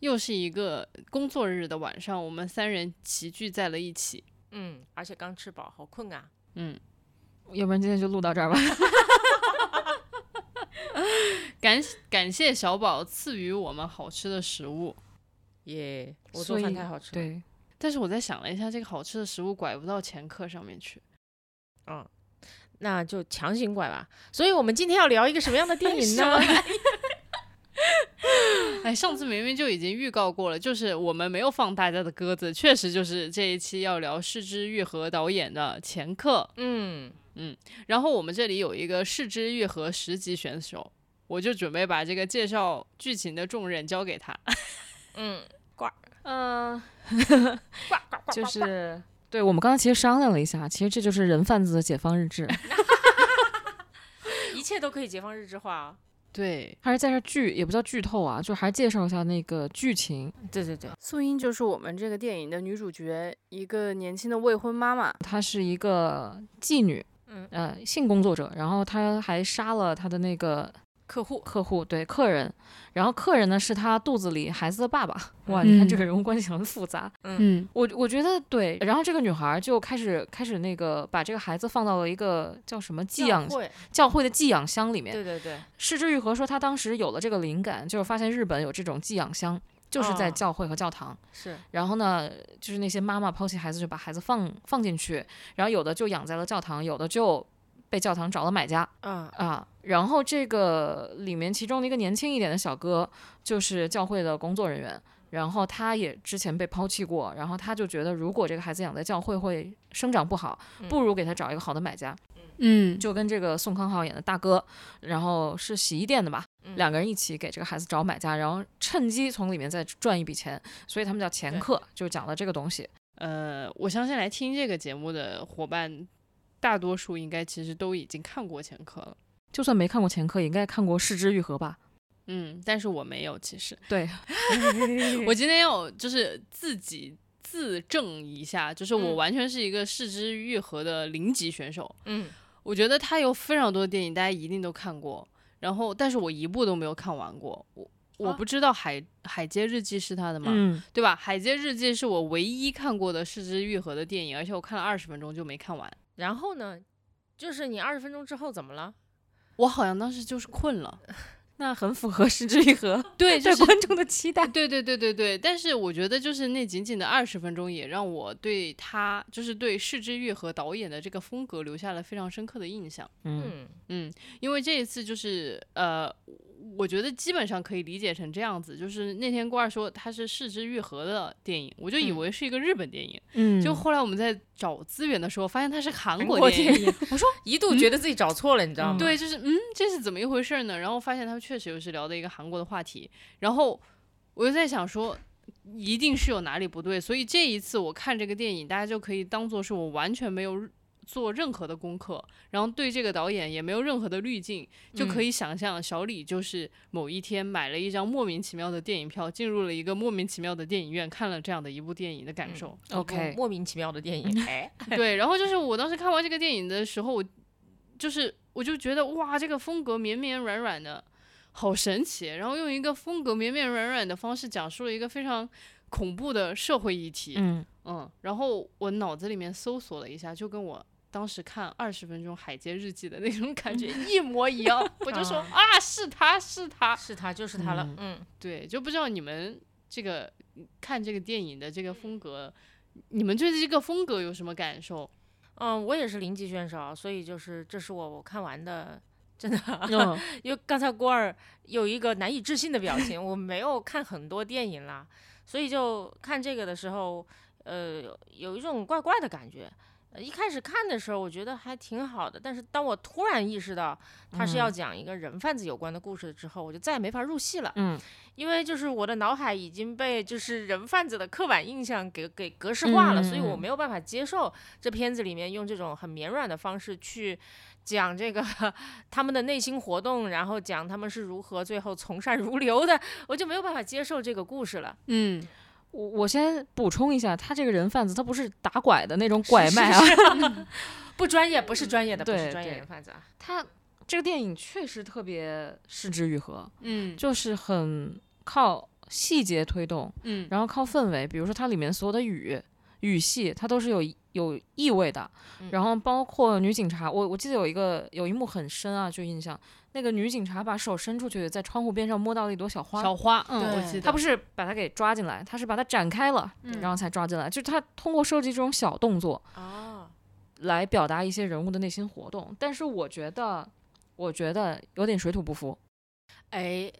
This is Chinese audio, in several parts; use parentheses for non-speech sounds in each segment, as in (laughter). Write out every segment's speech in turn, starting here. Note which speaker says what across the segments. Speaker 1: 又是一个工作日的晚上，我们三人齐聚在了一起。
Speaker 2: 嗯，而且刚吃饱，好困啊！
Speaker 1: 嗯，
Speaker 3: 要不然今天就录到这儿吧。
Speaker 1: 感感谢小宝赐予我们好吃的食物。
Speaker 2: 耶、我
Speaker 3: 所
Speaker 2: 做饭
Speaker 3: 以
Speaker 2: 太好吃了。，
Speaker 3: 对，
Speaker 1: 但是我在想了一下，这个好吃的食物拐不到前客上面去。
Speaker 2: 嗯，那就强行拐吧。所以我们今天要聊一个什么样的电影
Speaker 1: 什
Speaker 2: 呢
Speaker 1: 么？哎，上次明明就已经预告过了，就是我们没有放大家的鸽子，确实就是这一期要聊市之愈合导演的《前客
Speaker 2: (laughs) 嗯，》。
Speaker 1: 然后我们这里有一个市之愈合十级选手，我就准备把这个介绍剧情的重任交给他。
Speaker 3: (laughs) 嗯，就是对我们刚刚其实商量了一下，其实这就是人贩子的解放日志， (laughs)
Speaker 2: 一切都可以解放日志化啊、
Speaker 1: (laughs) 对，
Speaker 3: 还是在这儿剧也不叫剧透啊，就还是介绍一下那个剧情。
Speaker 2: 对对对，
Speaker 4: 素英就是我们这个电影的女主角，一个年轻的未婚妈妈。
Speaker 3: 她是一个妓女，
Speaker 2: 嗯
Speaker 3: 呃，性工作者，然后她还杀了她的那个
Speaker 2: 客户
Speaker 3: 客户，对客人，然后客人呢是她肚子里孩子的爸爸。哇，你看
Speaker 1: 嗯
Speaker 3: 这个人物关系很复杂。
Speaker 1: 嗯，
Speaker 3: 我我觉得对，然后这个女孩儿就开始开始那个把这个孩子放到了一个叫什么寄养
Speaker 2: 教会，
Speaker 3: 教会的寄养箱里面。
Speaker 2: 对对对，
Speaker 3: 失之愈合说，他当时有了这个灵感，就是发现日本有这种寄养箱，就是在
Speaker 2: 哦
Speaker 3: 教会和教堂。
Speaker 2: 是
Speaker 3: 然后呢，就是那些妈妈抛弃孩子就把孩子放放进去，然后有的就养在了教堂，有的就被教堂找了买家
Speaker 2: 嗯
Speaker 3: 啊。然后这个里面其中的一个年轻一点的小哥，就是教会的工作人员。然后他也之前被抛弃过，然后他就觉得如果这个孩子养在教会会生长不好，不如给他找一个好的买家。
Speaker 1: 嗯，
Speaker 3: 就跟这个宋康昊演的大哥，然后是洗衣店的吧，
Speaker 2: 嗯
Speaker 3: 两个人一起给这个孩子找买家，然后趁机从里面再赚一笔钱，所以他们叫前
Speaker 2: 对
Speaker 3: 客，就讲了这个东西。
Speaker 1: 呃，我相信来听这个节目的伙伴，大多数应该其实都已经看过《前科》了。
Speaker 3: 就算没看过前客，也应该看过《失之愈合》吧？
Speaker 1: 嗯，但是我没有，其实
Speaker 3: 对，
Speaker 1: 我今天要就是自己自证一下，就是我
Speaker 2: 嗯
Speaker 1: 完全是一个视之愈合的零级选手。
Speaker 2: 嗯
Speaker 1: 我觉得他有非常多的电影，大家一定都看过，然后但是我一部都没有看完过。我我
Speaker 2: 啊
Speaker 1: 不知道海《海街日记》是他的吗？
Speaker 3: 嗯，
Speaker 1: 对吧？《海街日记》是我唯一看过的视之愈合的电影，而且我看了二十分钟就没看完。
Speaker 2: 然后呢，就是你二十分钟之后怎么了？
Speaker 1: 我好像当时就是困了，
Speaker 3: 那很符合《失之愈合》 (laughs)
Speaker 1: 对，就
Speaker 3: 对
Speaker 1: 是
Speaker 3: 观众的期待。
Speaker 1: 对对对对对，但是我觉得就是那仅仅的二十分钟，也让我对他，就是对释之愈和导演的这个风格留下了非常深刻的印象。
Speaker 3: 嗯，
Speaker 2: 嗯
Speaker 1: 嗯，因为这一次就是呃，我觉得基本上可以理解成这样子，就是那天郭二说他是释之愈合的电影，我就以
Speaker 2: 嗯
Speaker 1: 为是一个日本电影，
Speaker 3: 嗯
Speaker 1: 就后来我们在找资源的时候，发现它是韩
Speaker 2: 韩
Speaker 1: 国
Speaker 2: 国
Speaker 1: 电影。
Speaker 2: 影，我说一度觉得自己找错了，你知道吗？
Speaker 1: 对，就是嗯，这是怎么一回事儿呢？然后发现他们确实又是聊的一个韩国的话题，然后我就在想说，一定是有哪里不对，所以这一次我看这个电影，大家就可以当做是我完全没有做任何的功课，然后对这个导演也没有任何的滤镜，就可以想象小李就是某一天买了一张莫名其妙的电影票，进入了一个莫名其妙的电影院，看了这样的一部电影的感
Speaker 2: 嗯
Speaker 1: 受。
Speaker 2: 一部
Speaker 3: OK
Speaker 2: 莫名其妙的电影，哎，
Speaker 1: (laughs) 对，然后就是我当时看完这个电影的时候，我就是我就觉得哇，这个风格绵绵软软的，好神奇。然后用一个风格绵绵软软的方式讲述了一个非常恐怖的社会议题。嗯
Speaker 3: 嗯，
Speaker 1: 然后我脑子里面搜索了一下，就跟我。当时看二十分钟《海街日记》的那种感觉一模一 (laughs) 样，我就说啊，是他是他，
Speaker 2: 是他就是他了，嗯，
Speaker 1: 对，就不知道你们这个看这个电影的这个风格，你们对这个风格有什么感受？
Speaker 2: 嗯，我也是零级选手，所以就是这是我我看完的，真的，
Speaker 3: 嗯
Speaker 2: 因为刚才郭二有一个难以置信的表情，我没有看很多电影啦，所以就看这个的时候，呃，有一种怪怪的感觉。
Speaker 5: 呃一开始看的时候，我觉得还挺好的，但是当我突然意识到他是要讲一个人贩子有关的故事之后，我就再也没法入戏了。
Speaker 3: 嗯，
Speaker 5: 因为就是我的脑海已经被就是人贩子的刻板印象给给格式化了，所以我
Speaker 3: 嗯
Speaker 5: 没有办法接受这片子里面用这种很绵软的方式去讲这个他们的内心活动，然后讲他们是如何最后从善如流的，我就没有办法接受这个故事了。
Speaker 1: 嗯，
Speaker 3: 我我先补充一下，他这个人贩子，他不是打拐的那种拐卖啊，
Speaker 5: (laughs) 不专业，不是专业的，不
Speaker 3: 对
Speaker 5: 是专业
Speaker 3: 对
Speaker 5: 人贩子啊。
Speaker 3: 他这个电影确实特别失之愈合，
Speaker 1: 嗯
Speaker 3: 就是很靠细节推动，
Speaker 1: 嗯
Speaker 3: 然后靠氛围，比如说它里面所有的语语系，它都是有有意味的。然后包括女警察，我我记得有一个有一幕很深啊，就印象，那个女警察把手伸出去，在窗户边上摸到了一朵小花。
Speaker 1: 小花，嗯，
Speaker 5: 对
Speaker 1: 我记得
Speaker 3: 她不是把它给抓进来，她是把它展开了，
Speaker 5: 嗯
Speaker 3: 然后才抓进来。就是她通过设计这种小动作，
Speaker 5: 哦，
Speaker 3: 来表达一些人物的内心活动，但是我觉得，我觉得有点水土不服，
Speaker 5: 哎，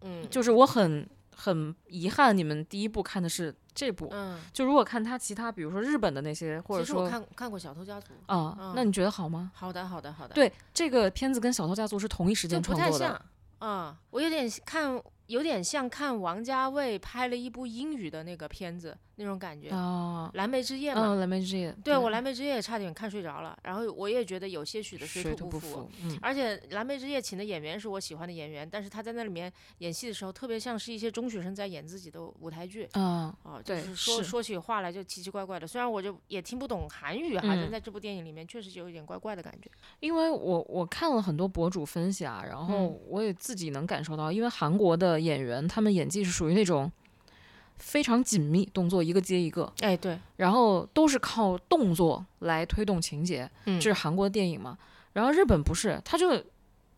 Speaker 5: 嗯，
Speaker 3: 就是我很很遗憾，你们第一部看的是这部，
Speaker 5: 嗯，
Speaker 3: 就如果看他其他，比如说日本的那些，或者
Speaker 5: 其实我
Speaker 3: 说
Speaker 5: 看看过《小偷家族》。
Speaker 3: 啊、
Speaker 5: 嗯
Speaker 3: 那你觉得好吗？
Speaker 5: 好的，好的，好的。，
Speaker 3: 对，这个片子跟《小偷家族》是同一时
Speaker 5: 就
Speaker 3: 间
Speaker 5: 不
Speaker 3: 创
Speaker 5: 太
Speaker 3: 作
Speaker 5: 像
Speaker 3: 的，
Speaker 5: 啊、我有点看，有点像看王家卫拍了一部英语的那个片子那种感觉，
Speaker 3: 啊，
Speaker 5: 蓝莓之夜》嘛。
Speaker 3: 嗯，蓝莓之夜，
Speaker 5: 对我《蓝莓之夜》也差点看睡着了，然后我也觉得有些许的
Speaker 3: 水
Speaker 5: 土
Speaker 3: 不
Speaker 5: 服。，
Speaker 3: 嗯，
Speaker 5: 而且《蓝莓之夜》请的演员是我喜欢的演员，但是他在那里面演戏的时候，特别像是一些中学生在演自己的舞台剧。
Speaker 3: 啊，
Speaker 5: 哦，就
Speaker 3: 对
Speaker 5: 是说
Speaker 3: 是
Speaker 5: 说起话来就奇奇怪怪的，虽然我就也听不懂韩语哈，但
Speaker 3: 嗯
Speaker 5: 在这部电影里面确实有一点怪怪的感觉。
Speaker 3: 因为我我看了很多博主分析啊，然后
Speaker 5: 嗯
Speaker 3: 我也自己能感受到，因为韩国的演员他们演技是属于那种非常紧密，动作一个接一个，
Speaker 5: 哎，对，
Speaker 3: 然后都是靠动作来推动情节，
Speaker 5: 嗯
Speaker 3: 这是韩国的电影嘛。然后日本不是，他就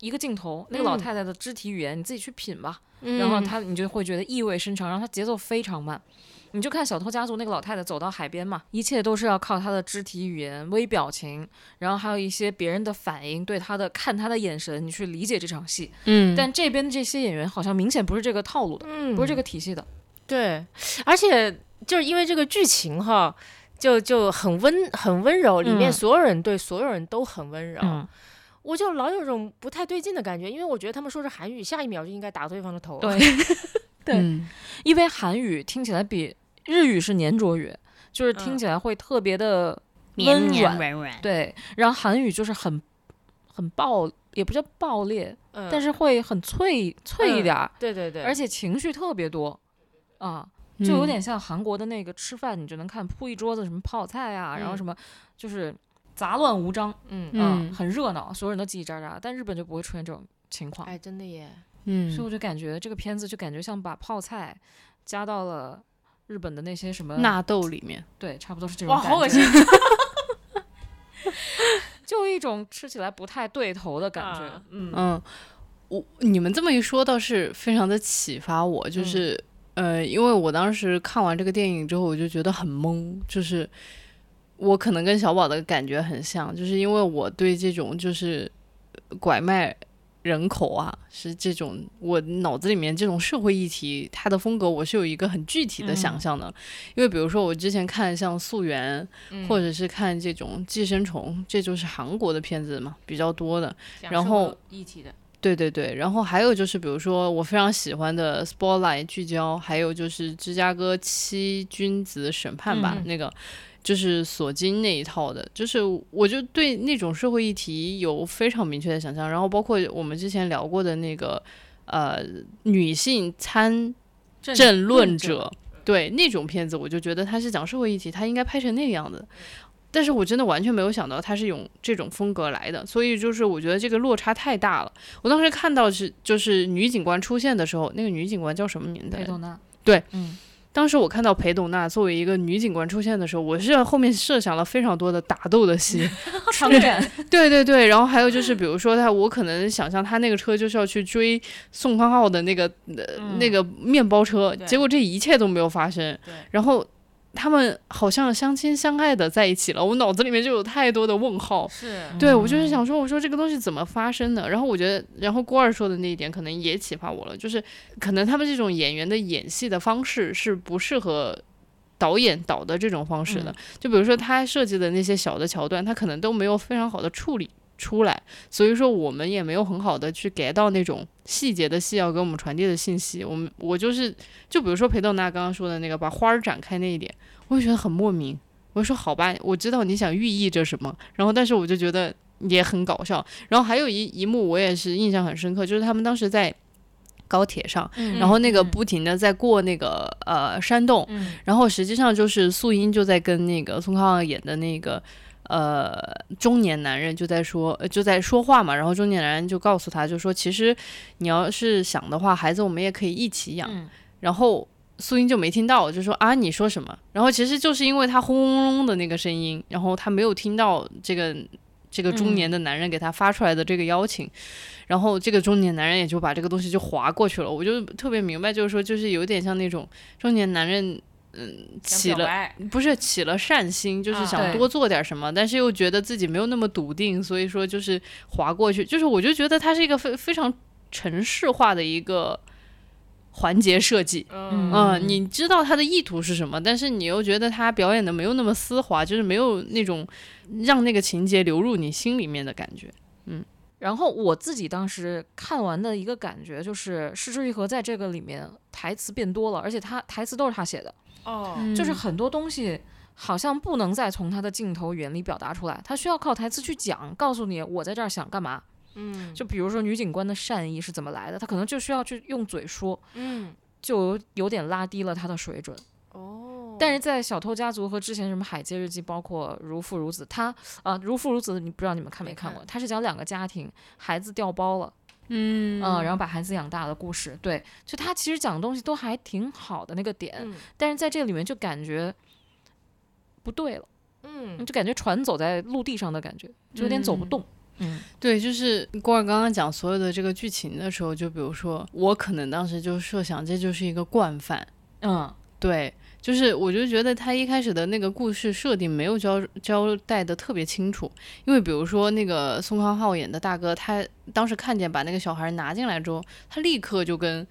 Speaker 3: 一个镜头，那个老
Speaker 5: 嗯
Speaker 3: 太太的肢体语言你自己去品吧，
Speaker 5: 然
Speaker 3: 然
Speaker 1: 嗯
Speaker 3: 后他你就会觉得意味深长，然后他节奏非常慢。你就看《小偷家族》那个老太太走到海边嘛，一切都是要靠她的肢体语言、微表情，然后还有一些别人的反应，对她的看她的眼神，你去理解这场戏。
Speaker 1: 嗯
Speaker 3: 但这边这些演员好像明显不是这个套路的，
Speaker 5: 嗯
Speaker 3: 不是这个体系的。
Speaker 5: 对，而且就是因为这个剧情哈，就就很温很温柔，里面
Speaker 3: 嗯
Speaker 5: 所有人对所有人都很温柔，
Speaker 3: 嗯，
Speaker 5: 我就老有种不太对劲的感觉，因为我觉得他们说是韩语，下一秒就应该打对方的头。
Speaker 3: 对对
Speaker 1: 嗯
Speaker 3: 因为韩语听起来比日语是粘着语，就是听起来会特别的温软，
Speaker 1: 软软，
Speaker 3: 对。然后韩语就是很很暴，也不叫暴烈，
Speaker 5: 嗯，
Speaker 3: 但是会很脆脆一点儿，
Speaker 5: 对对对，
Speaker 3: 而
Speaker 5: 且
Speaker 3: 且情绪特别多，啊，就
Speaker 5: 嗯
Speaker 3: 有
Speaker 1: 嗯
Speaker 3: 点像韩国的那个吃饭，你就能看铺一桌子什么泡菜啊，然后
Speaker 5: 嗯
Speaker 3: 什么就是杂乱无章，
Speaker 5: 嗯，
Speaker 3: 啊
Speaker 1: 嗯
Speaker 3: 很热闹，所有人都叽叽喳喳，但日本就不会出现这种情况，
Speaker 5: 哎，真的耶，
Speaker 1: 嗯
Speaker 3: 所以我就感觉这个片子就感觉像把泡菜加到了日本的那些什么
Speaker 1: 纳豆里面，
Speaker 3: 对，差不多是这种
Speaker 5: 哇，
Speaker 3: 感觉，
Speaker 5: 好恶心，
Speaker 3: (laughs)
Speaker 5: (laughs)
Speaker 3: 就一种吃起来不太对头的感觉。
Speaker 5: 啊
Speaker 3: 嗯
Speaker 1: 嗯，我你们这么一说倒是非常的启发我，就是、呃，因为我当时看完这个电影之后，我就觉得很懵，就是我可能跟小宝的感觉很像，就是因为我对这种就是拐卖。人口啊，是这种我脑子里面这种社会议题，它的风格我是有一个很具体的想象的，因为比如说我之前看像《溯源》或者是看这种《寄生虫》，这就是韩国的片子嘛，比较多的。
Speaker 5: 享
Speaker 1: 然
Speaker 5: 受
Speaker 1: 后
Speaker 5: 一体的，
Speaker 1: 对对对，然后还有就是，比如说我非常喜欢的《Spotlight》聚焦，还有就是《芝加哥七君子审判》吧，
Speaker 3: 嗯
Speaker 1: 那个就是索金那一套的，就是我就对那种社会议题有非常明确的想象。然后包括我们之前聊过的那个呃女性参政论者，对那种片子，我就觉得他是讲社会议题，他应该拍成那个样子。但是我真的完全没有想到他是用这种风格来的，所以就是我觉得这个落差太大了。我当时看到是就是女警官出现的时候，那个女警官叫什么名字
Speaker 3: 裴
Speaker 1: 来着？
Speaker 3: 斗
Speaker 5: (laughs)
Speaker 3: 娜，
Speaker 1: 当时我看到裴斗娜作为一个女警官出现的时候，我是后面设想了非常多的打斗的戏，
Speaker 3: 长远
Speaker 1: 对对对，然后还有就是，比如说他，我可能想象他那个车就是要去追宋康昊的那个、呃那个面包车，
Speaker 5: 嗯对
Speaker 1: 结果这一切都没有发生
Speaker 5: 对。
Speaker 1: 然后他们好像相亲相爱的在一起了，我脑子里面就有太多的问号。
Speaker 5: 是，
Speaker 1: 对，我就是想说，我说这个东西怎么发生的？然后我觉得，然后郭二说的那一点可能也启发我了，就是可能他们这种演员的演戏的方式是不适合导演导的这种方式的。就比如说他设计的那些小的桥段，他可能都没有非常好的处理出来，所以说我们也没有很好的去 get 到那种细节的戏要给我们传递的信息。我们我就是就比如说裴斗娜刚刚说的那个把花儿展开那一点，我也觉得很莫名。我就说好吧，我知道你想寓意着什么，然后但是我就觉得也很搞笑。然后还有一一幕我也是印象很深刻，就是他们当时在高铁上，
Speaker 5: 嗯
Speaker 1: 然后那个不停的在过那个呃山洞，
Speaker 3: 嗯
Speaker 1: 然后实际上就是素英就在跟那个宋康昊演的那个呃中年男人就在说呃就在说话嘛，然后中年男人就告诉他就说，其实你要是想的话，孩子我们也可以一起养。
Speaker 3: 嗯
Speaker 1: 然后素英就没听到，就说啊你说什么？然后其实就是因为他轰隆隆的那个声音，然后他没有听到这个。这个中年的男人给他发出来的这个邀请，然后这个中年男人也就把这个东西就划过去了。我就特别明白，就是说，就是有点像那种中年男人，嗯，起了不是起了善心，就是
Speaker 5: 啊
Speaker 1: 想
Speaker 3: 对
Speaker 1: 多做点什么，但是又觉得自己没有那么笃定，所以说就是划过去。就是我就觉得它是一个非非常城市化的一个环节设计。
Speaker 5: 嗯
Speaker 1: 嗯、你知道他的意图是什么，但是你又觉得他表演的没有那么丝滑，就是没有那种让那个情节流入你心里面的感觉。
Speaker 3: 然后我自己当时看完的一个感觉就是，《失之愈合》在这个里面台词变多了，而且他台词都是他写的，
Speaker 5: 哦，
Speaker 3: 就是很多东西好像不能再从他的镜头语言里表达出来，他需要靠台词去讲，告诉你我在这儿想干嘛。
Speaker 5: 嗯
Speaker 3: 就比如说女警官的善意是怎么来的，他可能就需要去用嘴说，
Speaker 5: 嗯
Speaker 3: 就有有点拉低了他的水准。
Speaker 5: 哦，
Speaker 3: 但是在《小偷家族》和之前什么《海街日记》，包括《如父如子》，他啊，如父如子》你不知道你们看没
Speaker 5: 没
Speaker 3: 看
Speaker 5: 看
Speaker 3: 过？他是讲两个家庭，孩子掉包了，
Speaker 1: 嗯
Speaker 3: 嗯、然后把孩子养大的故事。对，就他其实讲的东西都还挺好的那个点，
Speaker 5: 嗯
Speaker 3: 但是在这里面就感觉不对了，
Speaker 5: 嗯
Speaker 3: 就感觉船走在陆地上的感觉，就有点走不动。嗯
Speaker 1: 对，就是郭儿刚刚讲所有的这个剧情的时候，就比如说我可能当时就设想这就是一个惯犯，
Speaker 3: 嗯
Speaker 1: 对，就是我就觉得他一开始的那个故事设定没有交交代的特别清楚，因为比如说那个宋康昊演的大哥，他当时看见把那个小孩拿进来之后，他立刻就跟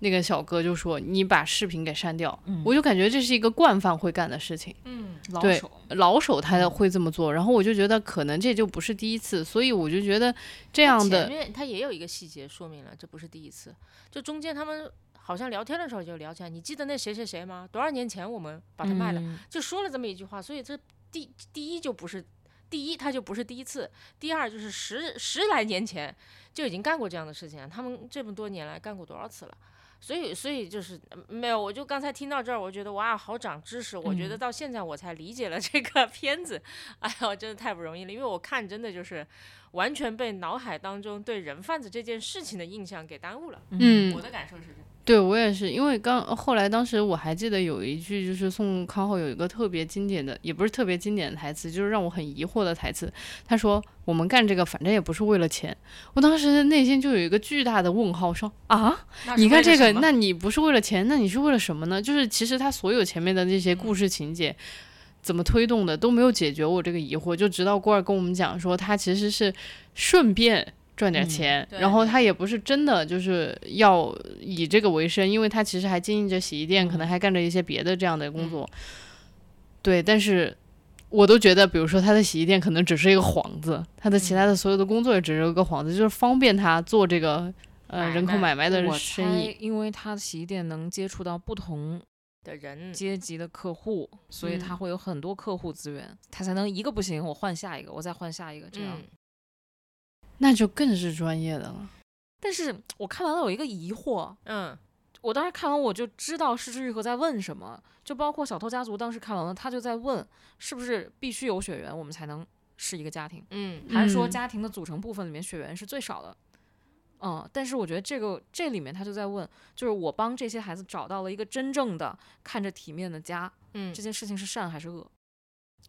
Speaker 1: 那个小哥就说：“你把视频给删掉。我就感觉这是一个惯犯会干的事情。
Speaker 5: 嗯
Speaker 3: 老
Speaker 1: 对
Speaker 3: 手，
Speaker 1: 老手他会这么做，然后我就觉得可能这就不是第一次，所以我就觉得这样的
Speaker 5: 前面他也有一个细节说明了，这不是第一次。就中间他们好像聊天的时候就聊起来，你记得那谁谁谁吗？多少年前我们把它卖了，
Speaker 3: 嗯
Speaker 5: 就说了这么一句话。所以这第第一就不是第一，他就不是第一次；第二就是十十来年前就已经干过这样的事情了，他们这么多年来干过多少次了？所以，所以就是嗯没有，我就刚才听到这儿，我觉得哇，好长知识！我觉
Speaker 1: 嗯
Speaker 5: 得到现在我才理解了这个片子，哎呦，真的太不容易了，因为我看真的就是完全被脑海当中对人贩子这件事情的印象给耽误了。
Speaker 1: 嗯
Speaker 5: 我，的感受是这样。
Speaker 1: 对我也是，因为刚后来当时我还记得有一句，就是宋康昊有一个特别经典的，也不是特别经典的台词，就是让我很疑惑的台词。他说：“我们干这个反正也不是为了钱。”我当时内心就有一个巨大的问号，说：“啊，
Speaker 5: 那
Speaker 1: 你
Speaker 5: 是
Speaker 1: 看
Speaker 5: 为了
Speaker 1: 这个
Speaker 5: 什，么
Speaker 1: 那你不是为了钱，那你是为了什么呢？”就是其实他所有前面的那
Speaker 5: 嗯
Speaker 1: 些故事情节。怎么推动的都没有解决我这个疑惑，就直到郭儿跟我们讲说，他其实是顺便赚点
Speaker 3: 嗯
Speaker 1: 钱，
Speaker 5: 对
Speaker 1: 然后他也不是真的就是要以这个为生，因为他其实还经营着洗衣店，
Speaker 5: 嗯
Speaker 1: 可能还干着一些别的这样的工作。对，但是我都觉得，比如说他的洗衣店可能只是一个幌子，他
Speaker 5: 嗯
Speaker 1: 的其他的所有的工作也只是一个幌子，就是方便他做这个
Speaker 5: 买
Speaker 1: 呃人口买
Speaker 5: 卖
Speaker 1: 卖的
Speaker 3: 我
Speaker 1: 生
Speaker 3: 猜
Speaker 1: 意。，
Speaker 3: 因为他的洗衣店能接触到不同
Speaker 5: 的人，
Speaker 3: 阶级的客户，所以他会有很多客户资源，他才能一个不行，我换下一个，我再换下一个这样。
Speaker 5: 嗯，
Speaker 1: 那就更是专业的了。
Speaker 3: 但是我看完了有一个疑惑，
Speaker 5: 嗯，
Speaker 3: 我当时看完我就知道失之愈合在问什么，就包括小偷家族当时看完了，他就在问是不是必须有血缘我们才能是一个家庭，
Speaker 5: 嗯，
Speaker 3: 还是说
Speaker 1: 嗯
Speaker 3: 家庭的组成部分里面血缘是最少的？嗯，但是我觉得这个这里面他就在问，就是我帮这些孩子找到了一个真正的看着体面的家，
Speaker 5: 嗯
Speaker 3: 这件事情是善还是恶？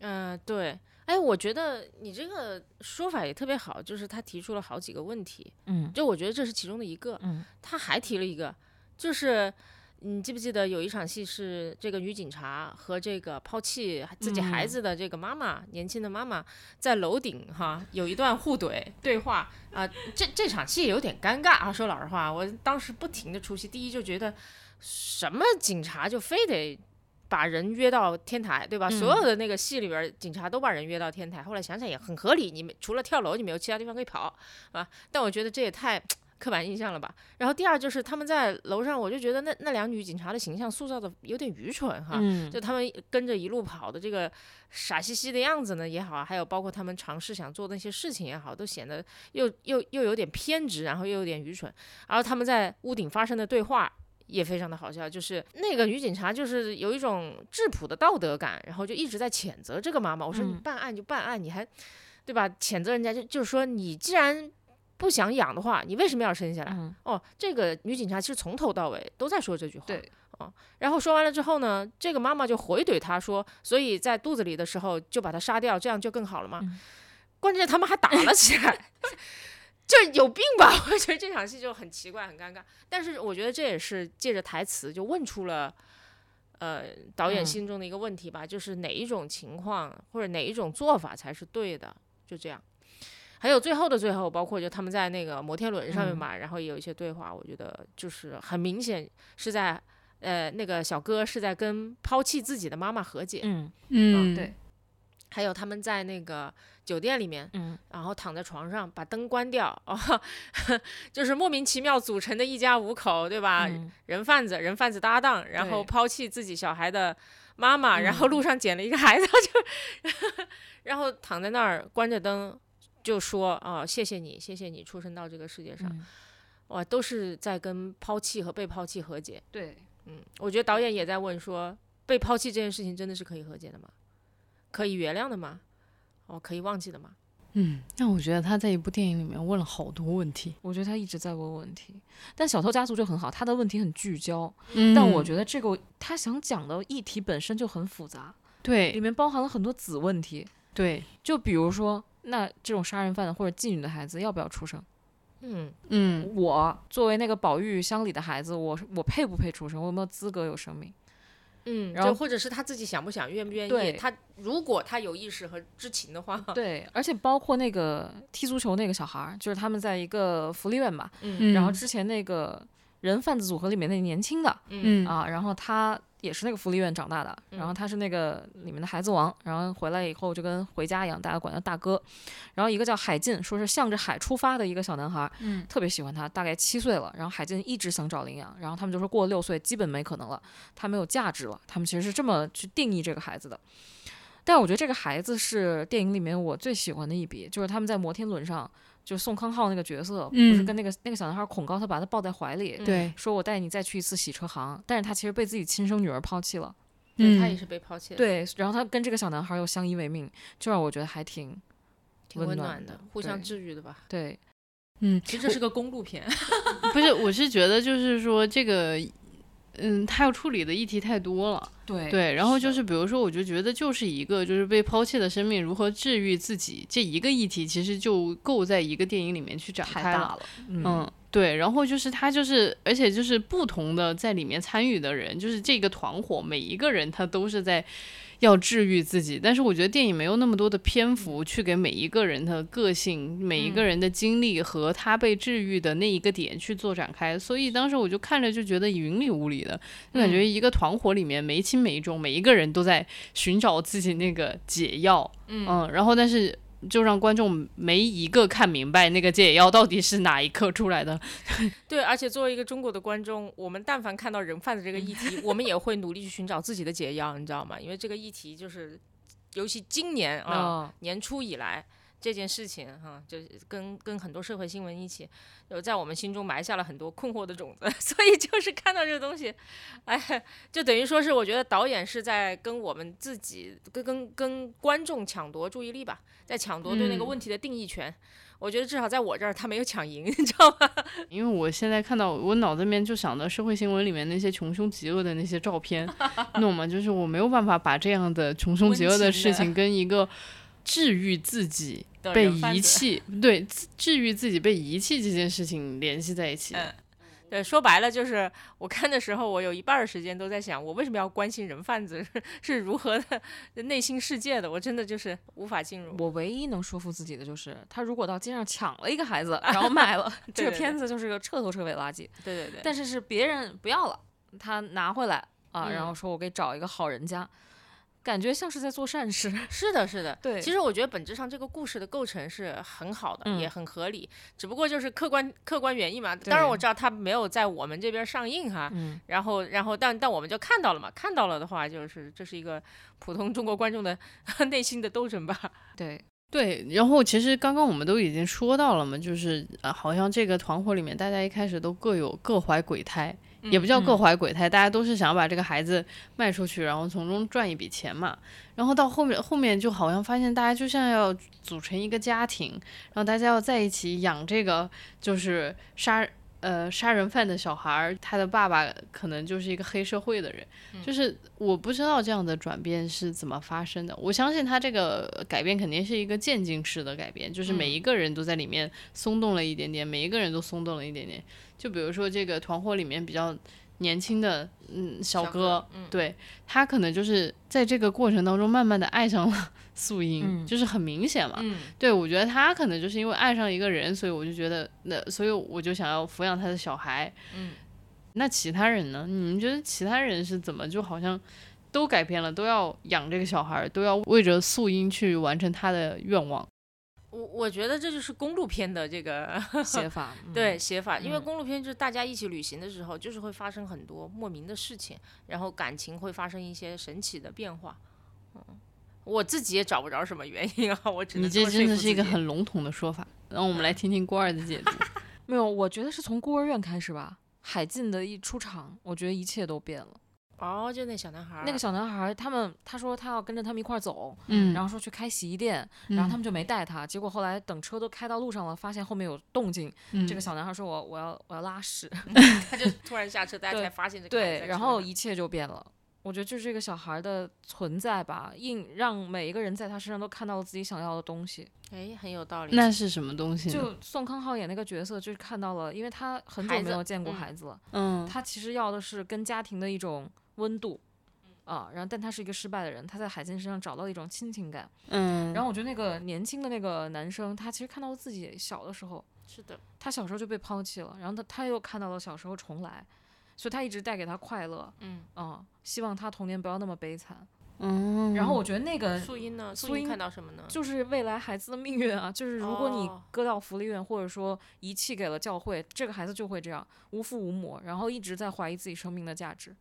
Speaker 5: 嗯、对。哎，我觉得你这个说法也特别好，就是他提出了好几个问题，
Speaker 3: 嗯
Speaker 5: 就我觉得这是其中的一个。
Speaker 3: 嗯
Speaker 5: 他还提了一个，就是你记不记得有一场戏是这个女警察和这个抛弃自己孩子的这个妈妈，年轻的妈妈在楼顶哈有一段互怼对话啊、这这场戏有点尴尬啊。说老实话，我当时不停的出戏，第一就觉得什么警察就非得。把人约到天台，对吧？所有的那个戏里边儿，警察都把人约到天台。后来想想也很合理，你们除了跳楼，你没有其他地方可以跑啊。但我觉得这也太刻板印象了吧。然后第二就是他们在楼上，我就觉得那那两女警察的形象塑造的有点愚蠢哈。
Speaker 3: 嗯
Speaker 5: 就他们跟着一路跑的这个傻兮兮的样子呢也好，还有包括他们尝试想做的那些事情也好，都显得又又又有点偏执，然后又有点愚蠢。然后他们在屋顶发生的对话也非常的好笑，就是那个女警察就是有一种质朴的道德感，然后就一直在谴责这个妈妈。我说你
Speaker 3: 嗯
Speaker 5: 办案就办案，你还对吧？谴责人家就就是说你既然不想养的话，你为什么要生下来？
Speaker 3: 嗯
Speaker 5: 哦，这个女警察其实从头到尾都在说这句话。
Speaker 3: 对。
Speaker 5: 哦，然后说完了之后呢，这个妈妈就回怼他说：“所以在肚子里的时候就把它杀掉，这样就更好了嘛。
Speaker 3: 嗯
Speaker 5: (laughs) 关键他们还打了起来， (laughs) 就有病吧？ (laughs) 我觉得这场戏就很奇怪，很尴尬。但是我觉得这也是借着台词就问出了，呃，导演
Speaker 3: 嗯
Speaker 5: 心中的一个问题吧，就是哪一种情况或者哪一种做法才是对的，就这样。还有最后的最后，包括就他们在那个摩天轮上面嘛，然后也有一些对话，我觉得就是很明显是在，呃，那个小哥是在跟抛弃自己的妈妈和解，
Speaker 3: 嗯
Speaker 1: 嗯，
Speaker 3: 对，
Speaker 5: 还有他们在那个酒店里面，
Speaker 3: 嗯，
Speaker 5: 然后躺在床上把灯关掉， (laughs) 哦，就是莫名其妙组成的一家五口，对吧？
Speaker 3: 嗯
Speaker 5: 人贩子、人贩子搭档，然后
Speaker 3: 对嗯
Speaker 5: 抛弃自己小孩的妈妈，然后路上捡了一个孩子， (laughs) 就 (laughs) 然后躺在那儿关着灯，就说啊、谢谢你，谢谢你出生到这个世界上，
Speaker 3: 嗯
Speaker 5: 哇，都是在跟抛弃和被抛弃和解。
Speaker 3: 对，
Speaker 5: 嗯，我觉得导演也在问说，被抛弃这件事情真的是可以和解的吗？可以原谅的吗？哦，可以忘记的吗？
Speaker 1: 嗯，那我觉得他在一部电影里面问了好多问题，
Speaker 3: 我觉得他一直在问问题，但《小偷家族》就很好，他的问题很聚焦，
Speaker 1: 嗯
Speaker 3: 但我觉得这个他想讲的议题本身就很复杂，里
Speaker 1: 对
Speaker 3: 面包含了很多子问题，
Speaker 1: 对，
Speaker 3: 就比如说，那这种杀人犯或者妓女的孩子要不要出生？
Speaker 5: 嗯
Speaker 1: 嗯
Speaker 3: 我作为那个保育乡里的孩子，我我配不配出生？我有没有资格有生命？
Speaker 5: 嗯，
Speaker 3: 然
Speaker 5: 就
Speaker 3: 后
Speaker 5: 或者是他自己想不想愿不愿意？
Speaker 3: 对
Speaker 5: 他如果他有意识和知情的话，
Speaker 3: 对，而且包括那个踢足球那个小孩儿，就是他们在一个福利院吧，
Speaker 5: 嗯
Speaker 1: 嗯，
Speaker 3: 然后之前那个人贩子组合里面那年轻的、
Speaker 5: 嗯
Speaker 1: 嗯
Speaker 3: 啊，然后他也是那个福利院长大的，然后他是那个里面的孩子王，然后回来以后就跟回家一样，大家管他大哥。然后一个叫海进，说是向着海出发的一个小男孩，
Speaker 1: 嗯，
Speaker 3: 特别喜欢他，大概七岁了。然后海进一直想找领养，然后他们就说过了六岁基本没可能了，他没有价值了。他们其实是这么去定义这个孩子的。但我觉得这个孩子是电影里面我最喜欢的一笔，就是他们在摩天轮上，就是宋康昊那个角色，不是
Speaker 1: 嗯
Speaker 3: 跟那个那个小男孩恐高，他把他抱在怀里，
Speaker 5: 嗯
Speaker 1: 对，
Speaker 3: 说我带你再去一次洗车行，但是他其实被自己亲生女儿抛弃了。
Speaker 5: 对
Speaker 1: 嗯
Speaker 5: 他也是被抛弃的，，
Speaker 3: 对，然后他跟这个小男孩又相依为命，就让我觉得还挺
Speaker 5: 挺温
Speaker 3: 温
Speaker 5: 暖
Speaker 3: 的
Speaker 5: 的，，互相
Speaker 3: 对
Speaker 5: 治愈的吧。
Speaker 3: 对，
Speaker 5: (laughs) 其实这是个公路片，
Speaker 1: 嗯不是，我是觉得就是说这个，嗯，他要处理的议题太多了，
Speaker 3: 对
Speaker 1: 对，然后就是比如说，我就觉得就是一个就是被抛弃的生命如何治愈自己这一个议题，其实就够在一个电影里面去展
Speaker 3: 太
Speaker 1: 开了
Speaker 3: 大了，嗯
Speaker 1: 嗯，对，然后就是他就是，而且就是不同的在里面参与的人，就是这个团伙每一个人他都是在要治愈自己，但是我觉得电影没有那么多的篇幅去给每一个人的个性、每一个人的经历和他被治愈的那一个点去做展开，所以当时我就看着就觉得云里雾里的，就感觉一个团伙里面没轻没重，每一个人都在寻找自己那个解药，嗯然后但是。就让观众没一个看明白那个解药到底是哪一刻出来的，
Speaker 5: 对，而且作为一个中国的观众，我们但凡看到人贩子这个议题， (laughs) 我们也会努力去寻找自己的解药，你知道吗？因为这个议题就是，尤其今年啊、
Speaker 3: 啊，
Speaker 5: 年初以来这件事情哈、就是跟跟很多社会新闻一起，有在我们心中埋下了很多困惑的种子， (laughs) 所以就是看到这个东西，哎，就等于说是我觉得导演是在跟我们自己跟跟跟观众抢夺注意力吧，在抢夺对那个
Speaker 1: 嗯
Speaker 5: 问题的定义权。我觉得至少在我这儿他没有抢赢， (laughs) 你知道吗？
Speaker 1: 因为我现在看到我脑子里面就想到社会新闻里面那些穷凶极恶的那些照
Speaker 5: (laughs)
Speaker 1: 片，你懂吗？就是我没有办法把这样的穷凶极恶的事情跟一个治愈自己
Speaker 5: 的
Speaker 1: 被
Speaker 5: 人贩
Speaker 1: 遗
Speaker 5: 子
Speaker 1: 弃，对，自治愈自己被遗弃这件事情联系在一起。
Speaker 5: 嗯对，说白了就是我看的时候，我有一半儿的时间都在想，我为什么要关心人贩子 (laughs) 是是如何的内心世界的？我真的就是无法进入。
Speaker 3: 我唯一能说服自己的就是，他如果到街上抢了一
Speaker 5: (laughs)
Speaker 3: 个孩子，然后卖了，这
Speaker 5: 对
Speaker 3: 个
Speaker 5: 对
Speaker 3: 片子就是个彻头彻尾垃圾。
Speaker 5: 对对对，
Speaker 3: 但是是别人不要了，他拿回来。啊，然
Speaker 5: 嗯
Speaker 3: 后说我给找一个好人家，感觉像是在做善事。
Speaker 5: 是的，是的，
Speaker 3: 对
Speaker 5: 其实我觉得本质上这个故事的构成是很好的，
Speaker 3: 嗯
Speaker 5: 也很合理，只不过就是客观客观原因嘛。
Speaker 3: 对
Speaker 5: 当然我知道它没有在我们这边上映哈，
Speaker 3: 嗯，
Speaker 5: 然后然后但但我们就看到了嘛，看到了的话就是这是一个普通中国观众的 (laughs) 内心的斗争吧。
Speaker 3: (laughs) 对，
Speaker 1: 对，然后其实刚刚我们都已经说到了嘛，就是啊，好像这个团伙里面大家一开始都各有各怀鬼胎，
Speaker 3: 嗯
Speaker 5: 嗯
Speaker 1: 也不叫各怀鬼胎，大家都是想要把这个孩子卖出去，然后从中赚一笔钱嘛。然后到后面后面就好像发现大家就像要组成一个家庭，然后大家要在一起养这个就是杀呃杀人犯的小孩儿，他的爸爸可能就是一个黑社会的人，就是我不知道这样的转变是怎么发生的。我相信他这个改变肯定是一个渐进式的改变，就是每一个人都在里面松动了一点点，每一个人都松动了一点点。就比如说这个团伙里面比较年轻的嗯小
Speaker 5: 小
Speaker 1: 哥
Speaker 5: 哥，嗯
Speaker 1: 对他可能就是在这个过程当中慢慢的爱上了 (laughs) 素英，
Speaker 3: 嗯
Speaker 1: 就是很明显嘛。
Speaker 5: 嗯，
Speaker 1: 对，我觉得他可能就是因为爱上一个人，所以我就觉得那，所以我就想要抚养他的小孩。
Speaker 5: 嗯，
Speaker 1: 那其他人呢？你们觉得其他人是怎么就好像都改变了，都要养这个小孩，都要为着素英去完成他的愿望？
Speaker 5: 我我觉得这就是公路片的这个
Speaker 3: 写法，
Speaker 5: (laughs)
Speaker 3: 嗯
Speaker 5: 对，写法，因为
Speaker 3: 嗯
Speaker 5: 公路片就是大家一起旅行的时候，就是会发生很多莫名的事情，然后感情会发生一些神奇的变化。嗯，我自己也找不着什么原因啊，我只能
Speaker 1: 你
Speaker 5: 这
Speaker 1: 这
Speaker 5: 么
Speaker 1: 真
Speaker 5: 说
Speaker 1: 的
Speaker 5: 服
Speaker 1: 是一
Speaker 5: 自
Speaker 1: 个
Speaker 5: 己
Speaker 1: 很笼统的说法。让我们
Speaker 5: (laughs)
Speaker 1: 来听听郭二的解读。
Speaker 3: 没有，我觉得是从孤儿院开始吧。海进的一出场，我觉得一切都变了。
Speaker 5: 哦，就那小男孩儿，(laughs)
Speaker 3: 那个小男孩儿，他们他说他要跟着他们一块儿走，
Speaker 1: 嗯，
Speaker 3: 然
Speaker 1: 后
Speaker 3: 后说去开洗衣店，然后他们就没带他。结果后来等车都开到路上了，发现后面有动静，
Speaker 1: 们
Speaker 3: 这个小男孩说我我要我要拉屎，
Speaker 5: 他就突然下车，大家
Speaker 3: (laughs) 对
Speaker 5: 才发现这个孩子
Speaker 3: 对
Speaker 5: 在，车
Speaker 3: 然后
Speaker 5: 上
Speaker 3: 一切就变了。我觉得就是这个小孩的存在吧，硬让每一个人在他身上都看到了自己想要的东西。
Speaker 5: 哎，很有道理。
Speaker 1: 那是什么东西呢？
Speaker 3: 就宋康昊演那个角色，就是看到了，因为他很久
Speaker 5: 孩
Speaker 3: 没
Speaker 5: 子
Speaker 3: 有见过
Speaker 5: 嗯
Speaker 3: 孩子了，
Speaker 1: 嗯，
Speaker 3: 他其实要的是跟家庭的一种温度，
Speaker 5: 嗯
Speaker 3: 啊，然后但他是一个失败的人，他在海静身上找到了一种亲情感。
Speaker 1: 嗯，
Speaker 3: 然后我觉得那个年轻的那个男生，他其实看到了自己小的时候，
Speaker 5: 是的，
Speaker 3: 他小时候就被抛弃了，然后他他又看到了小时候重来，所以他一直带给他快乐，
Speaker 5: 嗯，
Speaker 3: 嗯，希望他童年不要那么悲惨。
Speaker 4: 哦
Speaker 1: 嗯，
Speaker 3: 然后我觉得那个
Speaker 5: 素英呢？
Speaker 3: 呃素
Speaker 5: 素英
Speaker 3: 英
Speaker 5: 看到什么呢？
Speaker 3: 就是未来孩子的命运啊，就是如果你
Speaker 5: 哦
Speaker 3: 割到福利院，或者说遗弃给了教会，这个孩子就会这样无父无母，然后一直在怀疑自己生命的价值。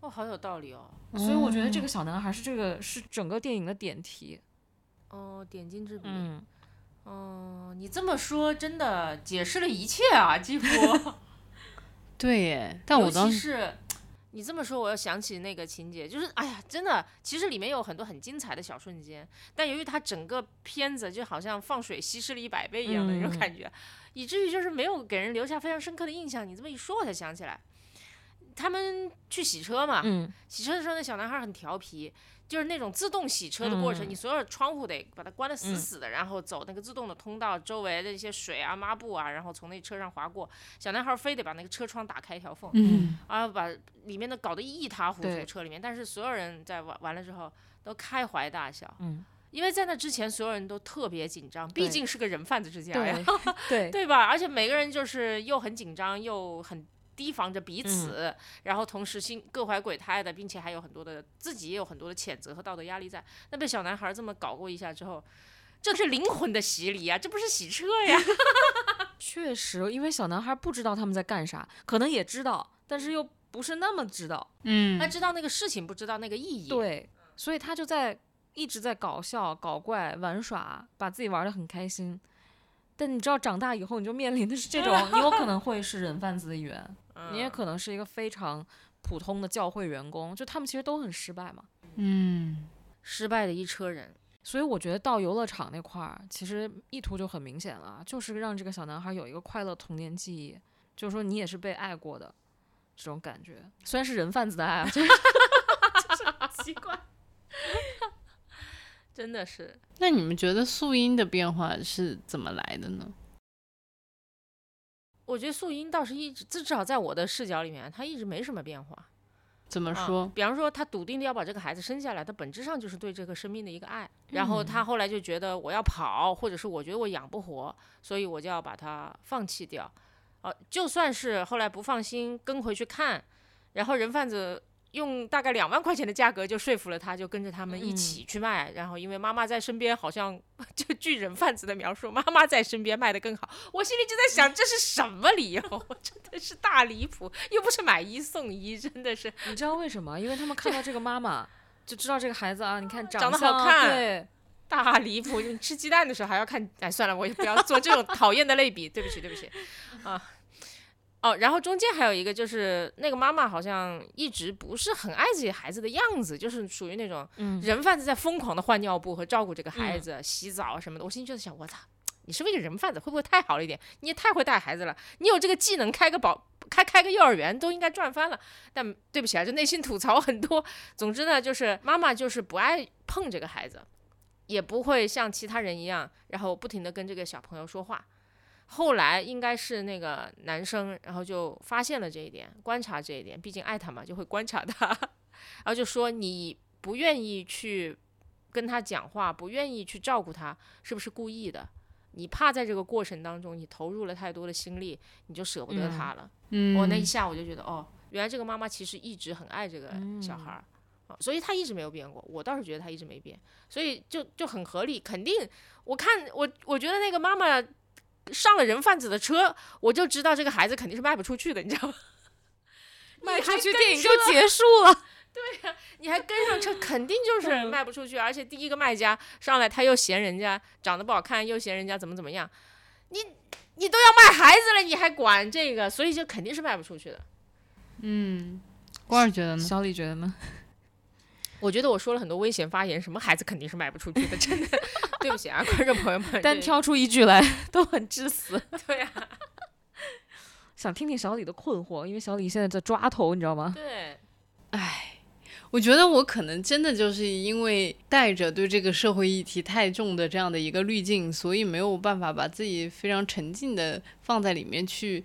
Speaker 5: 哦，好有道理哦。
Speaker 3: 所以我觉得
Speaker 1: 嗯
Speaker 3: 这个小男孩是这个是整个电影的点题。
Speaker 5: 哦，点睛之笔。
Speaker 3: 嗯，
Speaker 5: 哦，你这么说真的解释了一切啊，几
Speaker 3: (laughs)
Speaker 5: 乎。
Speaker 1: 对耶，但
Speaker 5: 尤
Speaker 1: 我当
Speaker 5: 其
Speaker 1: 时
Speaker 5: 是你这么说，我又想起那个情节，就是哎呀，真的，其实里面有很多很精彩的小瞬间，但由于它整个片子就好像放水稀释了一百倍一样的那种
Speaker 3: 嗯
Speaker 5: 感觉，以至于就是没有给人留下非常深刻的印象。你这么一说，我才想起来，他们去洗车嘛，
Speaker 3: 嗯，
Speaker 5: 洗车的时候，那小男孩很调皮，就是那种自动洗车的过程，
Speaker 3: 嗯
Speaker 5: 你所有窗户得把它关得死死的，然后走那个自动的通道，周围的一些水啊、抹布啊，然后从那车上划过。小男孩非得把那个车窗打开一条缝，
Speaker 1: 嗯
Speaker 5: 啊，把里面的搞得一塌糊
Speaker 3: 对
Speaker 5: 涂，车里面。但是所有人在玩完了之后都开怀大笑，
Speaker 3: 嗯，
Speaker 5: 因为在那之前所有人都特别紧张，
Speaker 3: 对
Speaker 5: 毕竟是个人贩子之家呀
Speaker 3: (laughs) 对，
Speaker 1: (laughs)
Speaker 3: 对，
Speaker 5: (laughs) 对吧？而且每个人就是又很紧张，又很提防着
Speaker 3: 嗯
Speaker 5: 彼此，然后同时心各怀鬼胎的，并且还有很多的自己也有很多的谴责和道德压力在。那被小男孩这么搞过一下之后，这是灵魂的洗礼呀、这不是洗车呀！
Speaker 3: 确实，因为小男孩不知道他们在干啥，可能也知道，但是又不是那么知道。
Speaker 1: 嗯
Speaker 5: 他知道那个事情，不知道那个意义。，
Speaker 3: 对，所以他就在一直在搞笑、搞怪、玩耍，把自己玩得很开心。但你知道，长大以后你就面临的是这 (laughs) 种，你有可能会是人贩子的一员，嗯你
Speaker 5: 嗯
Speaker 3: 也可能是一个非常普通的教会员工，就他们其实都很失败嘛。
Speaker 1: 嗯
Speaker 5: 失败的一车人。
Speaker 3: 所以我觉得到游乐场那块儿，其实意图就很明显了，就是让这个小男孩有一个快乐童年记忆，就是说你也是被爱过的这种感觉，虽然是人贩子的爱啊， (laughs) 就是
Speaker 5: 真的是，
Speaker 1: 那你们觉得素音的变化是怎么来的呢？
Speaker 5: 我觉得素英倒是一直，至少在我的视角里面，她一直没什么变化。
Speaker 1: 怎么
Speaker 5: 啊
Speaker 1: 说？
Speaker 5: 比方说，他笃定的要把这个孩子生下来，他本质上就是对这个生命的一个爱。然后
Speaker 1: 嗯
Speaker 5: 他后来就觉得我要跑，或者是我觉得我养不活，所以我就要把它放弃掉。呃，就算是后来不放心跟回去看，然后人贩子用大概两万块钱的价格就说服了他，就跟着他们一
Speaker 3: 嗯
Speaker 5: 起去卖。然后因为妈妈在身边，好像 (laughs) 就据人贩子的描述，妈妈在身边卖的更好。我心里就在想，这是什么理由？ (laughs) 真的是大离谱，又不是买一送一，真的是
Speaker 3: 你知道为什么？因为他们看到这个妈妈，就知道这个孩子啊，你看
Speaker 5: 长得好
Speaker 3: 相
Speaker 5: 看
Speaker 3: 对，
Speaker 5: 大离谱。你吃鸡蛋的时候还要看，哎，算了，我也不要做这种讨厌的类比，对不起，对不起，啊。哦，然后中间还有一个就是那个妈妈好像一直不是很爱自己孩子的样子，就是属于那种
Speaker 3: 嗯，
Speaker 5: 人贩子在疯狂的换尿布和照顾这个孩子、洗澡啊什么的。我心里就在想，我操，你是不是一个人贩子？会不会太好了一点？你也太会带孩子了，你有这个技能，开个保开开个幼儿园都应该赚翻了。但对不起啊，就内心吐槽很多。总之呢，就是妈妈就是不爱碰这个孩子，也不会像其他人一样，然后不停的跟这个小朋友说话。后来应该是那个男生，然后就发现了这一点，观察这一点，毕竟爱他嘛，就会观察他， (laughs) 然后就说你不愿意去跟他讲话，不愿意去照顾他，是不是故意的？你怕在这个过程当中，你投入了太多的心力，你就舍不得他了。
Speaker 1: 嗯，
Speaker 5: 我那一下我就觉得，哦，原来这个妈妈其实一直很爱这个小孩儿、啊，所以她一直没有变过。我倒是觉得她一直没变，所以就就很合理。肯定，我看我我觉得那个妈妈上了人贩子的车，我就知道这个孩子肯定是卖不出去的，你知道吗？ (laughs)
Speaker 3: 卖
Speaker 5: 你还
Speaker 3: 出去
Speaker 5: 跟
Speaker 3: 电影就
Speaker 5: 车 (laughs)
Speaker 3: 结束了。
Speaker 5: 你还跟上车，肯定 (laughs) 就是卖不出去。而且第一个卖家上来，他又嫌人家长得不好看，又嫌人家怎么怎么样，你你都要卖孩子了，你还管这个，所以就肯定是卖不出去的。
Speaker 1: 嗯，瓜儿觉得呢？
Speaker 3: 小李觉得呢？
Speaker 5: 我觉得我说了很多危险发言，什么孩子肯定是卖不出去的，真的， (laughs) 对不起啊，观众朋友们，
Speaker 3: 但
Speaker 5: 这
Speaker 3: 挑出一句来 (laughs) 都很致死。
Speaker 5: 对啊，
Speaker 3: 想听听小李的困惑，因为小李现在在抓头，你知道吗？
Speaker 5: 对，
Speaker 1: 唉，我觉得我可能真的就是因为带着对这个社会议题太重的这样的一个滤镜，所以没有办法把自己非常沉浸的放在里面去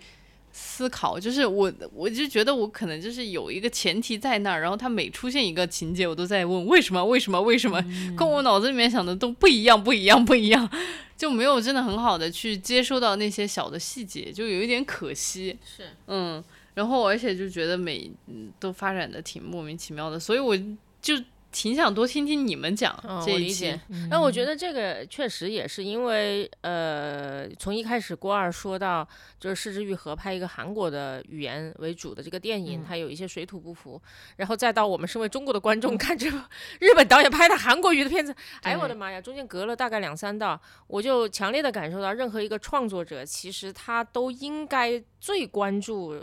Speaker 1: 思考。就是我，我就觉得我可能就是有一个前提在那儿，然后它每出现一个情节，我都在问为什么，为什么，为什么，
Speaker 5: 嗯
Speaker 1: 跟我脑子里面想的都不一样，不一样，不一样，就没有真的很好的去接收到那些小的细节，就有一点可惜。
Speaker 5: 是，
Speaker 1: 嗯。然后，而且就觉得每嗯都发展的挺莫名其妙的，所以我就挺想多听听你们讲、
Speaker 5: 嗯，
Speaker 1: 这
Speaker 5: 我
Speaker 1: 一
Speaker 5: 理
Speaker 1: 期
Speaker 5: 解。。那我觉得这个确实也是因为，呃，从一开始郭二说到就是失之愈合拍一个韩国的语言为主的这个电影，它有一些水土不服，然后再到我们身为中国的观众看这个日本导演拍的韩国语的片子，哎我的妈呀，中间隔了大概两三道，我就强烈的感受到，任何一个创作者其实他都应该最关注。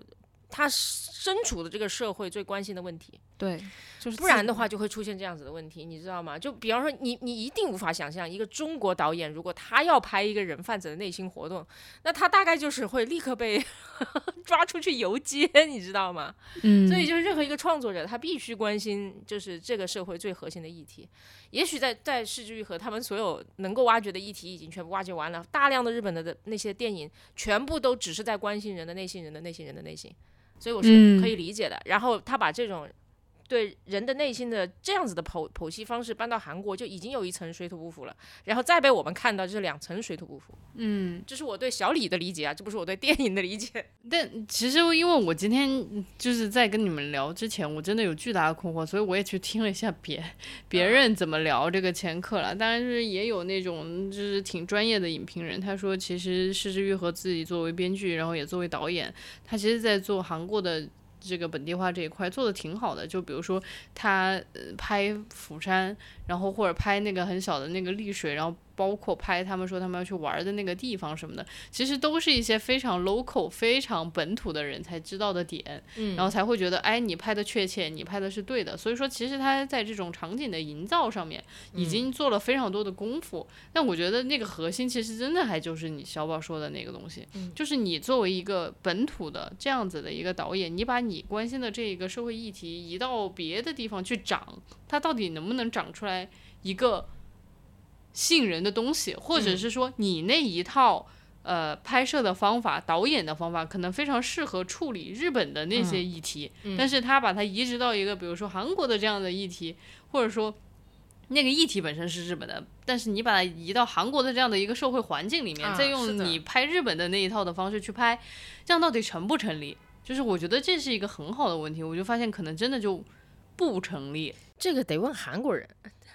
Speaker 5: 他身处的这个社会最关心的问题，
Speaker 3: 对，就是
Speaker 5: 不然的话就会出现这样子的问题，你知道吗？就比方说你，你一定无法想象一个中国导演，如果他要拍一个人贩子的内心活动，那他大概就是会立刻被 (laughs) 抓出去游街，你知道吗？
Speaker 1: 嗯
Speaker 5: 所以就是任何一个创作者，他必须关心就是这个社会最核心的议题。也许在在世之愈合，他们所有能够挖掘的议题已经全部挖掘完了，大量的日本的的那些电影全部都只是在关心人的内心、人的内心、人的内心，所以我是
Speaker 1: 嗯
Speaker 5: 可以理解的。然后他把这种。对人的内心的这样子的剖剖析方式搬到韩国就已经有一层水土不服了，然后再被我们看到就是两层水土不服，
Speaker 1: 嗯，
Speaker 5: 这是我对小李的理解啊，这不是我对电影的理解。
Speaker 1: 但其实因为我今天就是在跟你们聊之前，我真的有巨大的困惑，所以我也去听了一下别别人怎么聊这个前客了。当然，就是也有那种就是挺专业的影评人，他说其实失之愈合自己作为编剧，然后也作为导演，他其实在做韩国的。这个本地化这一块做的挺好的，就比如说他呃拍釜山，然后或者拍那个很小的那个丽水，然后包括拍他们说他们要去玩的那个地方什么的，其实都是一些非常 local、非常本土的人才知道的点，
Speaker 5: 嗯
Speaker 1: 然后才会觉得，哎，你拍的确切，你拍的是对的。所以说，其实他在这种场景的营造上面已经做了非常多的功夫。但我觉得那个核心其实真的还就是你小宝说的那个东西，就是你作为一个本土的这样子的一个导演，你把你关心的这一个社会议题移到别的地方去长，它到底能不能长出来一个吸引人的东西，或者是说你那一套。呃，拍摄的方法、导演的方法可能非常适合处理日本的那些议题，但是他把它移植到一个，比如说韩国的这样的议题，或者说那个议题本身是日本的，但是你把它移到韩国的这样的一个社会环境里面，
Speaker 5: 啊
Speaker 1: 再
Speaker 5: 是
Speaker 1: 用
Speaker 5: 的
Speaker 1: 你拍日本的那一套的方式去拍，这样到底成不成立？就是我觉得这是一个很好的问题，我就发现可能真的就不成立。
Speaker 2: 这个得问韩国人。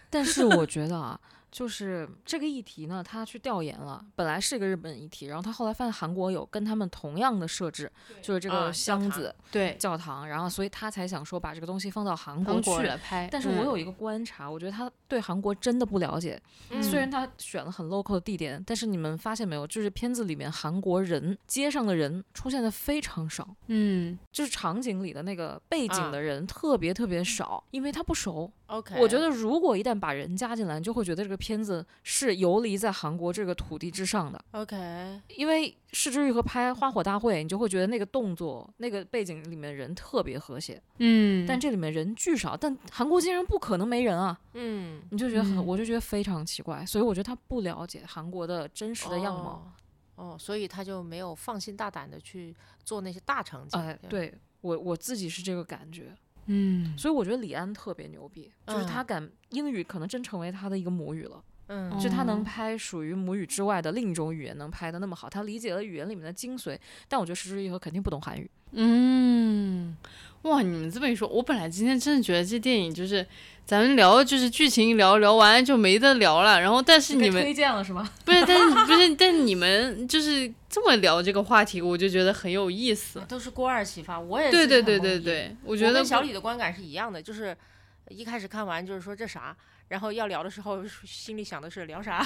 Speaker 3: 但是我觉得啊，就是这个议题呢，他去调研了，本来是一个日本议题，然后他后来发现韩国有跟他们同样的设置，就是这
Speaker 5: 啊
Speaker 3: 个
Speaker 5: 教
Speaker 3: 箱
Speaker 5: 堂
Speaker 3: 子、
Speaker 1: 对，
Speaker 3: 教堂，然后所以他才想说把这个东西放到韩
Speaker 1: 韩
Speaker 3: 国去
Speaker 1: 国。来拍，
Speaker 3: 但是我
Speaker 1: 嗯
Speaker 3: 有一个观察，我觉得他对韩国真的不了解。
Speaker 5: 嗯
Speaker 3: 虽然他选了很 local 的地点，但是你们发现没有，就是片子里面韩国人街上的人出现的非常少，
Speaker 1: 嗯，
Speaker 3: 就是场景里的那个背景
Speaker 5: 啊
Speaker 3: 的人特别特别少，因为他不熟。
Speaker 5: OK，
Speaker 3: 我觉得如果一旦把人加进来，你就会觉得这个片子是游离在韩国这个土地之上的。
Speaker 5: OK，
Speaker 3: 因为失之愈合拍《花火大会》，你就会觉得那个动作、那个背景里面人特别和谐，
Speaker 1: 嗯，
Speaker 3: 但这里面人巨少，但韩国竟然不可能没人啊！
Speaker 5: 嗯，
Speaker 3: 你就觉得很，
Speaker 1: 嗯
Speaker 3: 我就觉得非常奇怪，所以我觉得他不了解韩国的真实的样貌。
Speaker 5: 哦。哦，所以他就没有放心大胆的去做那些大场景。
Speaker 1: 呃
Speaker 3: 哎、对我我自己是这个感觉，
Speaker 1: 嗯，
Speaker 3: 所以我觉得李安特别牛逼，就是
Speaker 5: 嗯
Speaker 3: 他敢英语可能真成为他的一个母语了。
Speaker 5: 嗯，
Speaker 1: 哦
Speaker 3: 就他能拍属于母语之外的另一种语言，能拍的那么好，他理解了语言里面的精髓。但我觉得石之愈合肯定不懂韩语，
Speaker 1: 嗯，哇！你们这么一说，我本来今天真的觉得这电影就是咱们聊，就是剧情聊聊完就没得聊了。然后，但是你们
Speaker 3: 荐了是吗？
Speaker 1: 不是，但是不是，但你们就是这么聊这个话题，我就觉得很有意思。
Speaker 5: 都是郭二启发，我也
Speaker 1: 对
Speaker 5: 是
Speaker 1: 对
Speaker 5: 很
Speaker 1: 对
Speaker 5: 懵
Speaker 1: 对
Speaker 5: 逼，
Speaker 1: 对，我
Speaker 5: 我
Speaker 1: 觉得
Speaker 5: 跟小
Speaker 1: 不
Speaker 5: 李的观感是一样的，就是一开始看完就是说这啥，然后要聊的时候心里想的是聊啥，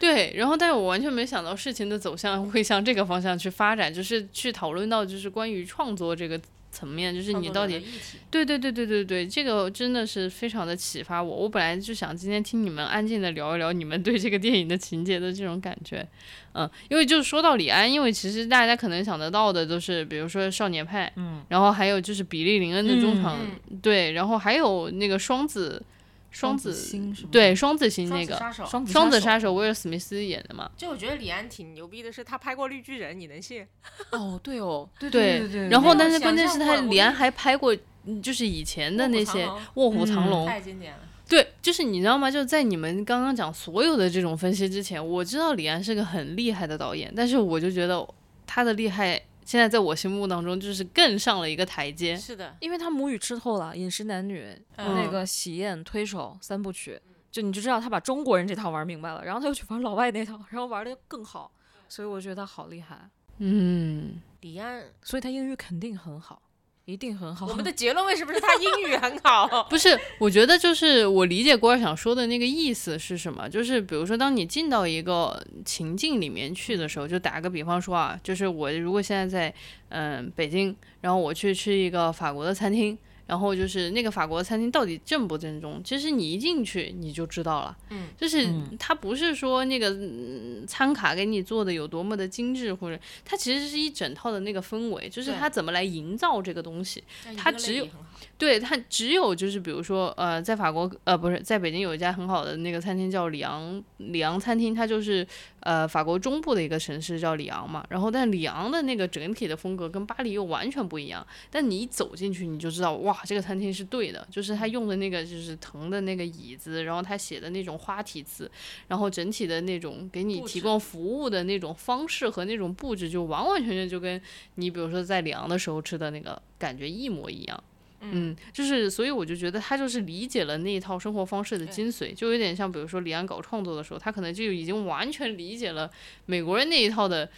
Speaker 1: 对，然后但是我完全没想到事情的走向会向这个方向去发展，就是去讨论到就是关于创作这个层面，就是
Speaker 5: (laughs)
Speaker 1: 你到底
Speaker 5: 一体
Speaker 1: 对对对对对对，这个真的是非常的启发我。我本来就想今天听你们安静的聊一聊你们对这个电影的情节的这种感觉，嗯，因为就是说到李安，因为其实大家可能想得到的都是，比如说《少年派》，
Speaker 3: 嗯，
Speaker 1: 然后还有就是比利林恩的中场，
Speaker 5: 嗯
Speaker 1: 对，然后还有那个双子，双
Speaker 3: 子
Speaker 1: 子，
Speaker 3: 星是吗？，
Speaker 1: 对，双子星
Speaker 5: 双
Speaker 1: 那
Speaker 5: 子
Speaker 1: 个
Speaker 5: 杀手。
Speaker 3: 双子
Speaker 1: 双子
Speaker 3: 杀
Speaker 1: 杀手，威尔史密斯演的嘛，
Speaker 5: 就我觉得李安挺牛逼的，是他拍过《绿巨人》，你能信？
Speaker 3: 手哦，对哦，对
Speaker 1: 对
Speaker 3: 对对。
Speaker 1: 然后
Speaker 5: 没
Speaker 1: 但
Speaker 5: 有
Speaker 1: 是
Speaker 5: 想
Speaker 1: 关键
Speaker 5: 象
Speaker 1: 是
Speaker 5: 过
Speaker 1: 他
Speaker 5: 我
Speaker 1: 李
Speaker 5: 们
Speaker 1: 安还拍过。嗯就是以前的
Speaker 5: 卧虎
Speaker 1: 那
Speaker 5: 藏
Speaker 1: 些《
Speaker 5: 龙
Speaker 1: 卧虎藏
Speaker 3: 嗯
Speaker 1: 龙》
Speaker 5: 太经典了。
Speaker 1: 对，就是你知道吗？就在你们刚刚讲所有的这种分析之前，我知道李安是个很厉害的导演，但是我就觉得他的厉害现在在我心目当中就是更上了一个台阶。
Speaker 5: 是的，
Speaker 3: 因为他母语吃透了，《饮食男女》
Speaker 1: 哦
Speaker 5: 嗯
Speaker 3: 那个《喜宴》《推手》三部曲，就你就知道他把中国人这套玩明白了，然后他又去玩老外那套，然后玩的更好，所以我觉得他好厉害，
Speaker 1: 嗯，
Speaker 5: 李安，
Speaker 3: 所以他英语肯定很好，一定很好。
Speaker 5: 我们的结论为什么是他英语很好？
Speaker 1: 不是，我觉得就是我理解郭二想说的那个意思是什么，就是比如说当你进到一个情境里面去的时候，就打个比方说啊，就是我如果现在在嗯、北京，然后我去吃一个法国的餐厅。然后就是那个法国餐厅到底正不正宗，其实你一进去你就知道了。
Speaker 5: 嗯，
Speaker 1: 就是
Speaker 3: 嗯
Speaker 1: 它不是说那个嗯餐卡给你做的有多么的精致，或者它其实是一整套的那个氛围，就是
Speaker 5: 对
Speaker 1: 它怎么来营造这个东西。 (laughs) 他只有
Speaker 5: 很好
Speaker 1: 对，它只有就是比如说呃，在法国呃不是在北京有一家很好的那个餐厅叫里昂里昂餐厅，它就是呃法国中部的一个城市叫里昂嘛。然后但里昂的那个整体的风格跟巴黎又完全不一样。但你一走进去你就知道，哇，这个餐厅是对的，就是他用的那个就是藤的那个椅子，然后他写的那种花体字，然后整体的那种给你
Speaker 5: 布
Speaker 1: 提
Speaker 5: 置
Speaker 1: 供服务的那种方式和那种布置，就完完全全就跟你比如说在里昂的时候吃的那个感觉一模一样。嗯，就是，所以我就觉得他就是理解了那一套生活方式的
Speaker 5: 对
Speaker 1: 精髓，就有点像，比如说李安搞创作的时候，他可能就已经完全理解了美国人那一套的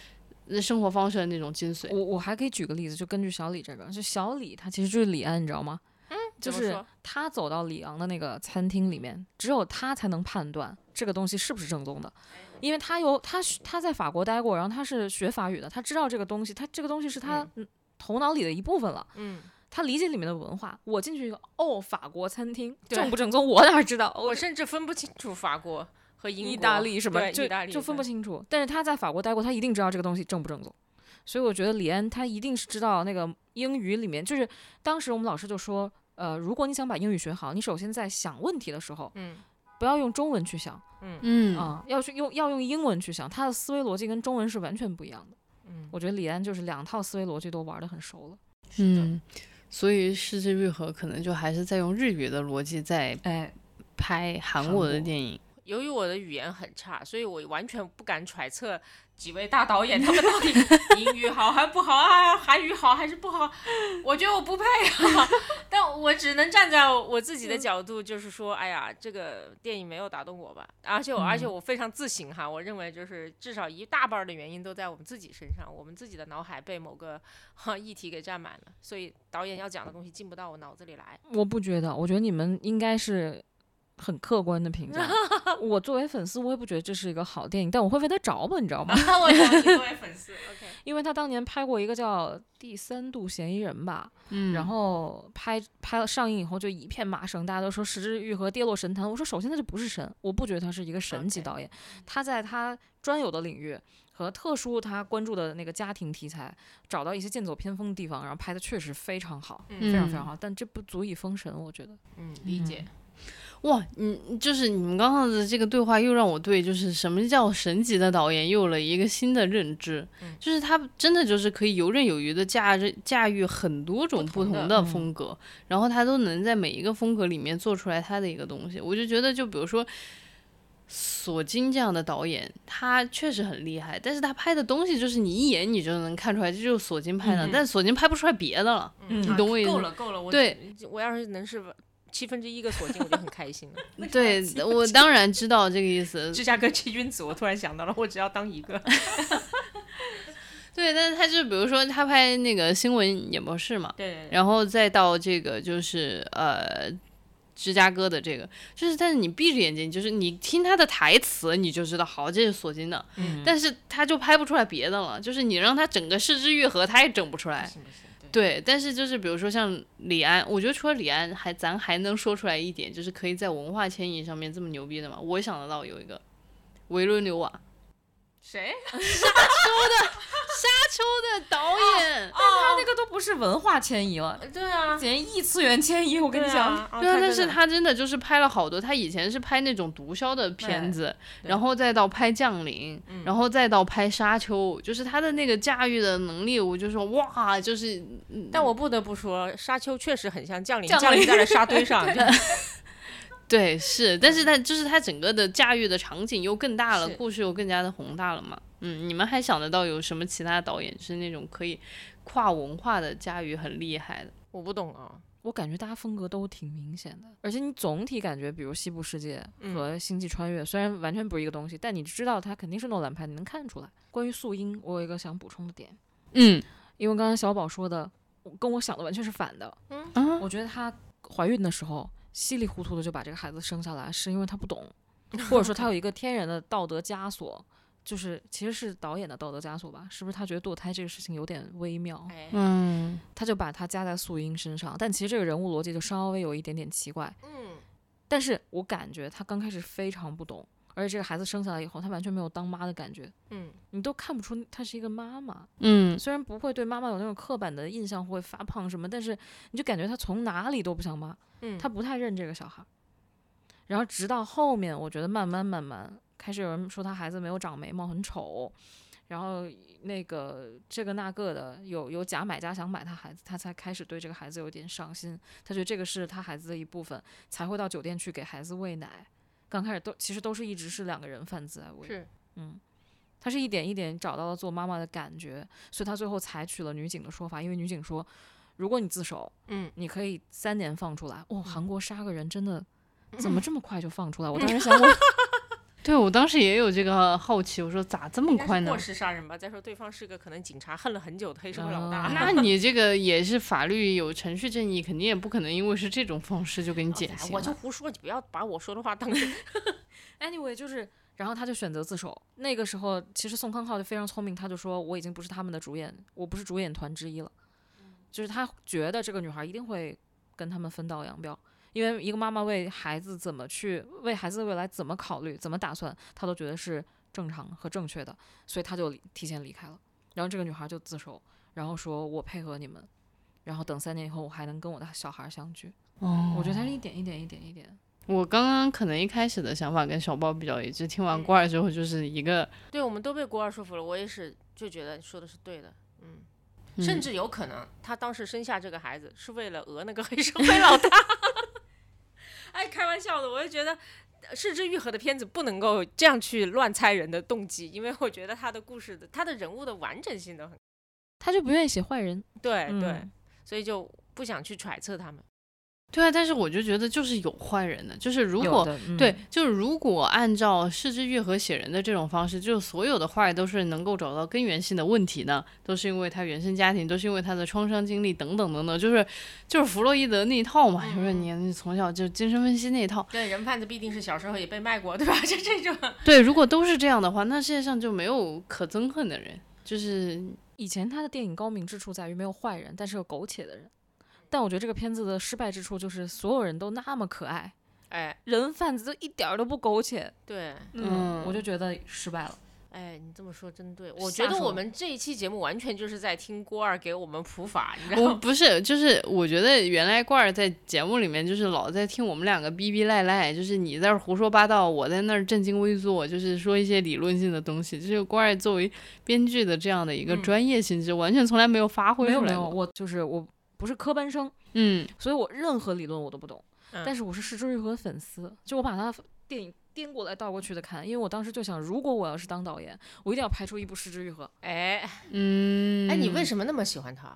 Speaker 1: 呃生活方式的那种精髓。
Speaker 3: 我我还可以举个例子，就根据小李这个，就小李他其实就是李安，你知道吗？嗯，就
Speaker 5: 怎么
Speaker 3: 是
Speaker 5: 说
Speaker 3: 他走到李昂的那个餐厅里面，只有他才能判断这个东西是不是正宗的，因为他有他学他在法国待过，然后他是学法语的，他知道这个东西，他这个东西是他嗯头脑里的一部分了。
Speaker 5: 嗯，
Speaker 3: 他理解里面的文化，我进去一个哦，法国餐厅
Speaker 5: 对
Speaker 3: 正不正宗，我哪知道？
Speaker 5: (laughs) 我甚至分不清楚法国和英国
Speaker 3: 意大利什么
Speaker 5: 对
Speaker 3: 就
Speaker 5: 意大利
Speaker 3: 就分不
Speaker 5: 清。
Speaker 3: 清楚。但是他在法国待过，他一定知道这个东西正不正宗。所以我觉得李安他一定是知道那个英语里面，就是当时我们老师就说，呃，如果你想把英语学好，你首先在想问题的时候，
Speaker 5: 嗯
Speaker 3: 不要用中文去想
Speaker 5: 嗯
Speaker 1: 嗯
Speaker 3: 啊、要去用要用英文去想，他的思维逻辑跟中文是完全不一样的。
Speaker 5: 嗯，
Speaker 3: 我觉得李安就是两套思维逻辑都玩得很熟了。
Speaker 5: 是的，
Speaker 1: 嗯，所以《失之愈合》可能就还是在用日语的逻辑在
Speaker 3: 哎，
Speaker 1: 拍韩
Speaker 3: 韩
Speaker 1: 国的
Speaker 3: 国
Speaker 1: 电影。
Speaker 5: 由于我的语言很差，所以我完全不敢揣测几位大导演他们到 (laughs) 底英语好还不好啊，韩语好还是不好。我觉得我不配啊， (laughs) 但我只能站在我自己的角度，就是说，哎呀，这个电影没有打动我吧。而且我，而且我非常自省哈，我认为就是至少一大半儿的原因都在我们自己身上，我们自己的脑海被某个哈议题给占满了，所以导演要讲的东西进不到我脑子里来。
Speaker 3: 我不觉得，我觉得你们应该是很客观的 (laughs) 评价。我作为粉丝，我也不觉得这是一个好电影，但我会为他着吧，你知道吗？
Speaker 5: (laughs) 我我作为粉丝，OK。
Speaker 3: 因为他当年拍过一个叫《第三度嫌疑人》吧，
Speaker 1: 嗯，
Speaker 3: 然后拍拍了上映以后就一片骂声，大家都说石之愈合跌落神坛。我说首先他就不是神，我不觉得他是一个神级
Speaker 5: OK
Speaker 3: 导演，他在他专有的领域和特殊他关注的那个家庭题材，找到一些剑走偏锋的地方，然后拍的确实非常好，非常非常好，但这不足以封神，我觉得。
Speaker 5: 嗯，理解。
Speaker 1: 哇，你就是你们刚刚的这个对话，又让我对就是什么叫神级的导演又有了一个新的认知，
Speaker 5: 嗯
Speaker 1: 就是他真的就是可以游刃有余的驾驭驾驭很多种
Speaker 5: 不
Speaker 1: 不
Speaker 5: 同的嗯
Speaker 1: 同的风格，然后他都能在每一个风格里面做出来他的一个东西。我就觉得，就比如说索金这样的导演，他确实很厉害，但是他拍的东西就是你一眼你就能看出来，这就是索金拍的，
Speaker 5: 嗯
Speaker 1: 但索金拍不出来别的了。
Speaker 5: 嗯，
Speaker 3: 嗯
Speaker 5: 啊
Speaker 1: 你懂我意思
Speaker 5: 够
Speaker 1: 吗
Speaker 5: 了，够了。我
Speaker 1: 对，
Speaker 5: 我要是能是七分之一个锁进，我就很开 (laughs) 心了。
Speaker 1: 对我当然知道这个
Speaker 5: (laughs)
Speaker 1: 意思，
Speaker 5: 芝加哥七君子，我突然想到了，我只要当一个。
Speaker 1: 对，但是他就比如说他拍那个新闻演播室嘛，
Speaker 5: 对对对，
Speaker 1: 然后再到这个就是呃芝加哥的这个，就是但是你闭着眼睛，就是你听他的台词，你就知道好这是索金的，
Speaker 5: 嗯
Speaker 1: 但是他就拍不出来别的了，就是你让他整个失之愈合，他也整不出来。
Speaker 5: 是不是？对
Speaker 1: 对，但是就是比如说像李安，我觉得除了李安还，咱还能说出来一点，就是可以在文化牵引上面这么牛逼的嘛。我想得到有一个维伦纽瓦，
Speaker 5: 谁？ (laughs)
Speaker 1: 他出的导演，
Speaker 3: 他那个都不是文化迁移了，
Speaker 5: 对啊，
Speaker 3: 简直异次元迁移。我
Speaker 5: 我
Speaker 3: 跟你讲，，
Speaker 5: 哦
Speaker 1: 对啊，
Speaker 5: 他
Speaker 1: 但
Speaker 5: 真
Speaker 1: 是
Speaker 5: 的
Speaker 1: 他真的就是拍了好多，他以前是拍那种毒枭的片子，
Speaker 5: 对
Speaker 1: 然后再到拍降临，
Speaker 5: 嗯
Speaker 1: 然后再到拍沙丘，就是他的那个驾驭的能力，我就说哇，就是
Speaker 5: 但我不得不说，沙丘确实很像降临，
Speaker 3: 降
Speaker 5: 降临
Speaker 3: 临
Speaker 5: 在了沙堆
Speaker 1: (laughs)
Speaker 5: 上，就
Speaker 1: 对是，但是他就是他整个的驾驭的场景又更大了，
Speaker 5: 嗯是
Speaker 1: 故事又更加的宏大了嘛。嗯，你们还想得到有什么其他导演是那种可以跨文化的驾驭很厉害的？
Speaker 5: 我不懂啊。
Speaker 3: 我感觉大家风格都挺明显的，而且你总体感觉，比如《西部世界
Speaker 5: 嗯》
Speaker 3: 和《星际穿越》，虽然完全不是一个东西，但你知道它肯定是诺兰拍，你能看出来。关于素英，我有一个想补充的点，
Speaker 1: 嗯
Speaker 3: 因为刚刚小宝说的，我跟我想的完全是反的。
Speaker 1: 啊，
Speaker 3: 我觉得她怀孕的时候稀里糊涂的就把这个孩子生下来，是因为她不懂，或者说她有一个天然的道德枷锁，就是其实是导演的道德枷锁吧？是不是？她觉得堕胎这个事情有点微妙。
Speaker 5: 哎，
Speaker 1: 嗯
Speaker 3: 他就把它加在素英身上，但其实这个人物逻辑就稍微有一点点奇怪。
Speaker 5: 嗯，
Speaker 3: 但是我感觉他刚开始非常不懂，而且这个孩子生下来以后，他完全没有当妈的感觉，
Speaker 5: 嗯，
Speaker 3: 你都看不出她是一个妈妈。
Speaker 1: 嗯，
Speaker 3: 虽然不会对妈妈有那种刻板的印象，会发胖什么，但是你就感觉她从哪里都不像妈，
Speaker 5: 嗯
Speaker 3: 她不太认这个小孩。然后直到后面，我觉得慢慢慢慢开始有人说她孩子没有长眉毛，很丑。然后那个这个那个的，有有假买家想买她孩子，她才开始对这个孩子有点上心，她觉得这个是她孩子的一部分，才会到酒店去给孩子喂奶。刚开始都其实都是一直是两个人贩子在喂，
Speaker 5: 是
Speaker 3: 嗯，她是一点一点找到了做妈妈的感觉，所以她最后采取了女警的说法，因为女警说，如果你自首，
Speaker 5: 嗯，
Speaker 3: 你可以三年放出来。哦，韩国杀个人真的怎么这么快就放出来？我当时想我
Speaker 1: 对我当时也有这个好奇，我说咋这么
Speaker 5: 应该
Speaker 1: 快
Speaker 5: 是
Speaker 1: 呢
Speaker 5: 过？失杀人吧。再说对方是个可能警察恨了很久的黑社会老大，
Speaker 3: 啊
Speaker 1: 哦那你这个也是法律有程序正义，肯定也不可能因为是这种方式就给你
Speaker 5: 哎
Speaker 1: 减刑
Speaker 5: 我就
Speaker 1: 了。
Speaker 5: 胡说，你不要把我说的话
Speaker 1: (laughs)
Speaker 5: 当真。
Speaker 3: anyway 就是，然后他就选择自首。那个时候其实宋康昊就非常聪明，他就说我已经不是他们的主演，我不是主演团之一了，就是他觉得这个女孩一定会跟他们分道扬镳。因为一个妈妈为孩子怎么去为孩子的未来怎么考虑、怎么打算，她都觉得是正常和正确的，所以她就离提前离开了。然后这个女孩就自首，然后说我配合你们，然后等三年以后我还能跟我的小孩相聚。
Speaker 1: 哦
Speaker 3: 我觉得她是一点一点一点一点，
Speaker 1: 我刚刚可能一开始的想法跟小包比较一致，听完
Speaker 5: 嗯
Speaker 1: 瓜儿之后就是一个，
Speaker 5: 对，我们都被郭二说服了，我也是就觉得你说的是对的，嗯。
Speaker 1: 嗯
Speaker 5: 甚至有可能，他当时生下这个孩 (laughs) 子是为了讹那个黑社会老大。哎，开玩笑的，我就觉得视之愈合的片子不能够这样去乱猜人的动机，因为我觉得他的故事的他的人物的完整性都很
Speaker 3: 他就不愿意写坏人。
Speaker 5: 对
Speaker 3: 嗯
Speaker 5: 哎对，所以就不想去揣测他们。
Speaker 1: 对啊，但是我就觉得就是有坏人的，就是如
Speaker 3: 有
Speaker 1: 果
Speaker 3: 的嗯
Speaker 1: 对，就是如果按照失之愈合写人的这种方式，就是所有的坏都是能够找到根源性的问题呢，都是因为他原生家庭，都是因为他的创伤经历等等等等，就是就是弗洛伊德那一套嘛，就是
Speaker 5: 嗯
Speaker 1: 你你从小就精神分析那一套。
Speaker 5: 对，人贩子必定是小时候也被卖过，对吧？ (laughs) 就这种。
Speaker 1: 对，如果都是这样的话，那世界上就没有可憎恨的人，就是
Speaker 3: 以前他的电影高明之处在于没有坏人，但是有苟且的人。但我觉得这个片子的失败之处就是所有人都那么可爱，
Speaker 5: 哎，
Speaker 3: 人贩子都一点儿都不苟且。
Speaker 5: 对，
Speaker 1: 嗯
Speaker 3: 我就觉得失败了。
Speaker 5: 哎，你这么说真对。我觉得
Speaker 3: 瞎说
Speaker 5: 我们这一期节目完全就是在听郭二给我们普法，你知道
Speaker 1: 我
Speaker 5: 吗？
Speaker 1: 不是，就是我觉得原来罐儿在节目里面就是老在听我们两个逼逼赖赖，就是你在那儿胡说八道，我在那儿正襟危坐，就是说一些理论性的东西。就是罐儿作为编剧的这样的一个
Speaker 5: 嗯
Speaker 1: 专业性质，完全从来没有发挥
Speaker 3: 没有
Speaker 1: 出
Speaker 3: 没
Speaker 1: 来
Speaker 3: 有，
Speaker 1: 过。
Speaker 3: 我就是我不是科班生，
Speaker 1: 嗯，
Speaker 3: 所以我任何理论我都不懂。
Speaker 5: 嗯
Speaker 3: 但是我是石之愈合的粉丝，就我把他电影颠过来倒过去的看，因为我当时就想，如果我要是当导演，我一定要拍出一部石之愈合，
Speaker 5: 哎
Speaker 1: 嗯，
Speaker 5: 哎，你为什么那么喜欢他？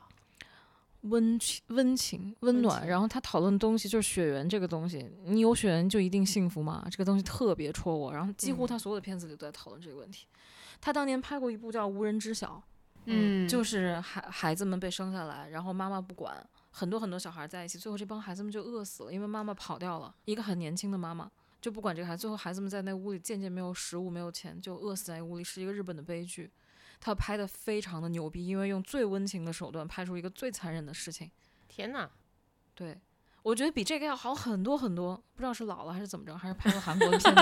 Speaker 3: 温情、温情、温
Speaker 5: 温
Speaker 3: 暖。
Speaker 5: 情
Speaker 3: 然后他讨论东西就是血缘这个东西，你有血缘就一定幸福吗？这个东西特别戳我。然后几乎
Speaker 5: 嗯
Speaker 3: 他所有的片子里都在讨论这个问题。他当年拍过一部叫《无人知晓》，
Speaker 1: 嗯
Speaker 3: 就是孩孩子们被生下来，然后妈妈不管，很多很多小孩在一起，最后这帮孩子们就饿死了，因为妈妈跑掉了，一个很年轻的妈妈就不管这个孩子，最后孩子们在那屋里渐渐没有食物，没有钱，就饿死在屋里，是一个日本的悲剧。他拍的非常的牛逼，因为用最温情的手段拍出一个最残忍的事情。
Speaker 5: 天哪！
Speaker 3: 对，我觉得比这个要好很多很多，不知道是老了还是怎么着，还是拍过韩国的片子。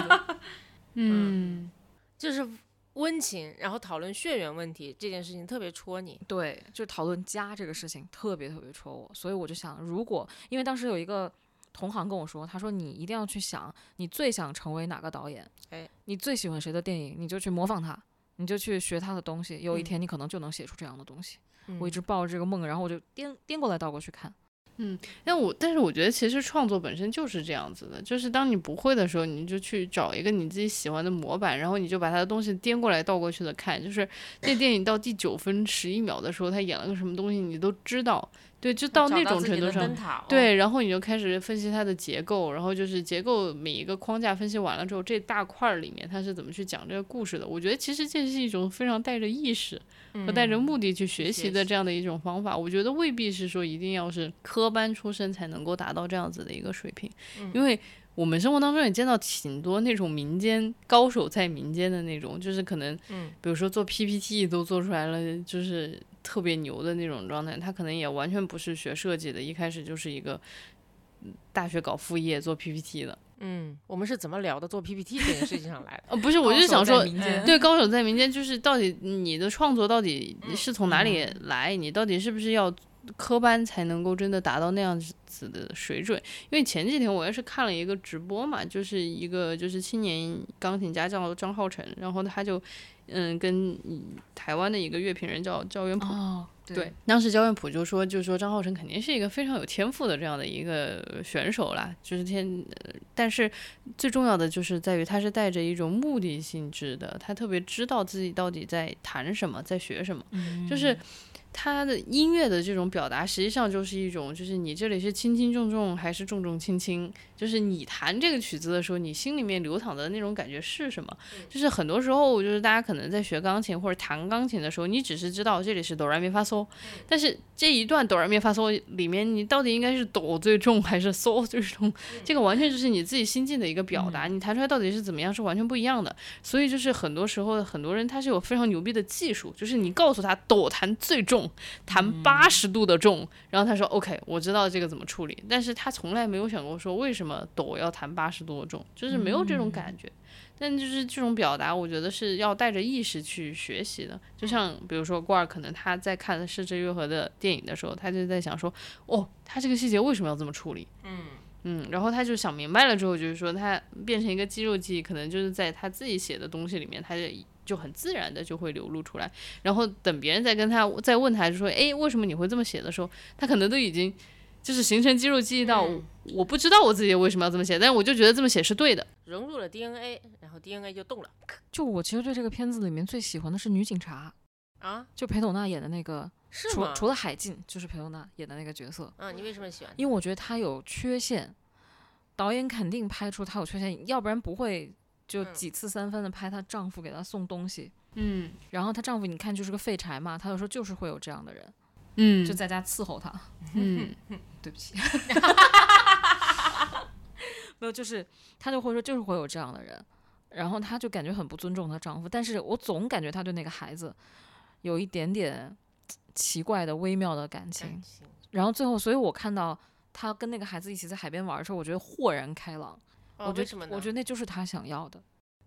Speaker 3: (laughs)
Speaker 1: 嗯
Speaker 5: 就是温情，然后讨论血缘问题这件事情特别戳你。
Speaker 3: 对，就讨论家这个事情特别特别戳我，所以我就想，如果因为当时有一个同行跟我说，他说你一定要去想你最想成为哪个导演，
Speaker 5: 哎，
Speaker 3: 你最喜欢谁的电影，你就去模仿他。你就去学他的东西，有一天你可能就能写出这样的东西。嗯
Speaker 5: 嗯
Speaker 3: 我一直抱着这个梦，然后我就颠颠过来倒过去看。
Speaker 1: 但我但是我觉得其实创作本身就是这样子的，就是当你不会的时候，你就去找一个你自己喜欢的模板，然后你就把他的东西颠过来倒过去的看。就是那电影到第九分十一秒的时候，他演了个什么东西，你都知道。对，就到
Speaker 5: 找
Speaker 1: 那
Speaker 5: 到
Speaker 1: 种
Speaker 5: 自己
Speaker 1: 程度
Speaker 5: 的
Speaker 1: 上
Speaker 5: 灯，塔，哦
Speaker 1: 对，然后你就开始分析它的结构，然后就是结构每一个框架分析完了之后，这大块儿里面它是怎么去讲这个故事的。我觉得其实这是一种非常带着意识，
Speaker 5: 嗯，
Speaker 1: 和带着目的去学
Speaker 5: 学
Speaker 1: 习的
Speaker 5: 习
Speaker 1: 这样的一种方法，我觉得未必是说一定要是科班出身才能够达到这样子的一个水平，因为我们生活当中也见到挺多那种民间高手在民间的那种，就是可能，
Speaker 5: 嗯
Speaker 1: 比如说做 PPT 都做出来了，就是特别牛的那种状态，他可能也完全不是学设计的，一开始就是一个嗯大学搞副业做 PPT 的，
Speaker 5: 嗯，我们是怎么聊的做 PPT 这件事情上来 (laughs) 的？
Speaker 1: 呃，不是，我
Speaker 3: 高
Speaker 1: 就
Speaker 3: 手
Speaker 1: 想
Speaker 3: 在
Speaker 1: 说，嗯
Speaker 3: 民间
Speaker 1: 对，高手在民间就是到底你的创作到底是从哪里来？你到底是不是要科班才能够真的达到那样子的水准？因为前几天我也是看了一个直播嘛，就是一个就是青年钢琴家叫张浩辰，然后他就嗯跟嗯台湾的一个乐评人叫焦元溥
Speaker 3: 哦，
Speaker 1: 对，，当时焦彦溥就说，就是说张浩晨肯定是一个非常有天赋的这样的一个选手啦，就是天，呃但是最重要的就是在于他是带着一种目的性质的，他特别知道自己到底在谈什么，在学什么，就是。他的音乐的这种表达，实际上就是一种，就是你这里是轻轻重重还是重重轻轻，就是你弹这个曲子的时候，你心里面流淌的那种感觉是什么？就是很多时候，就是大家可能在学钢琴或者弹钢琴的时候，你只是知道这里是哆来咪发嗦，但是这一段哆来咪发嗦里面，你到底应该是哆最重还是嗦最重？这个完全就是你自己心境的一个表达，你弹出来到底是怎么样是完全不一样的。所以就是很多时候，很多人他是有非常牛逼的技术，就是你告诉他哆弹最重，弹八十度的重，然后他说 OK，我知道这个怎么处理，但是他从来没有想过说为什么哆要弹八十度的重，就是没有这种感觉。但就是这种表达，我觉得是要带着意识去学习的。就像比如说罐儿，可能他在看失之愈合的电影的时候，他就在想说，哦，他这个细节为什么要这么处理？嗯嗯，然后他就想明白了之后，就是说他变成一个肌肉记忆，可能就是在他自己写的东西里面，他就就很自然的就会流露出来。然后等别人再跟他再问他，就说，诶，为什么你会这么写的时候，他可能都已经就是形成肌肉记忆到、我不知道我自己为什么要这么写，但是我就觉得这么写是对的。
Speaker 5: 融入了 DNA，然后 DNA 就动了
Speaker 3: 就我其实对这个片子里面最喜欢的是女警察，
Speaker 5: 啊？
Speaker 3: 就裴斗娜演的那个，
Speaker 5: 是
Speaker 3: 除
Speaker 5: 吗？
Speaker 3: 除了海静就是裴斗娜演的那个角色，
Speaker 5: 啊，你为什么喜欢？
Speaker 3: 因为我觉得她有缺陷，导演肯定拍出她有缺陷，要不然不会就
Speaker 5: 嗯
Speaker 3: 几次三番的拍她丈夫给她送东西，
Speaker 1: 嗯
Speaker 3: 然后她丈夫你看就是个废柴嘛，她有时候就是会有这样的人，
Speaker 1: 嗯
Speaker 3: 就在家伺候她。
Speaker 1: (laughs) 嗯
Speaker 3: 对不起， (laughs) 没有，就是她就会说，就是会有这样的人，然后她就感觉很不尊重她丈夫，但是我总感觉她对那个孩子有一点点奇怪的、微妙的感情
Speaker 5: 感。情
Speaker 3: 然后最后，所以我看到她跟那个孩子一起在海边玩的时候，我觉得豁然开朗。
Speaker 5: 哦
Speaker 3: 我觉
Speaker 5: 为
Speaker 3: 得
Speaker 5: 什么呢？
Speaker 3: 我觉得那就是她想要的。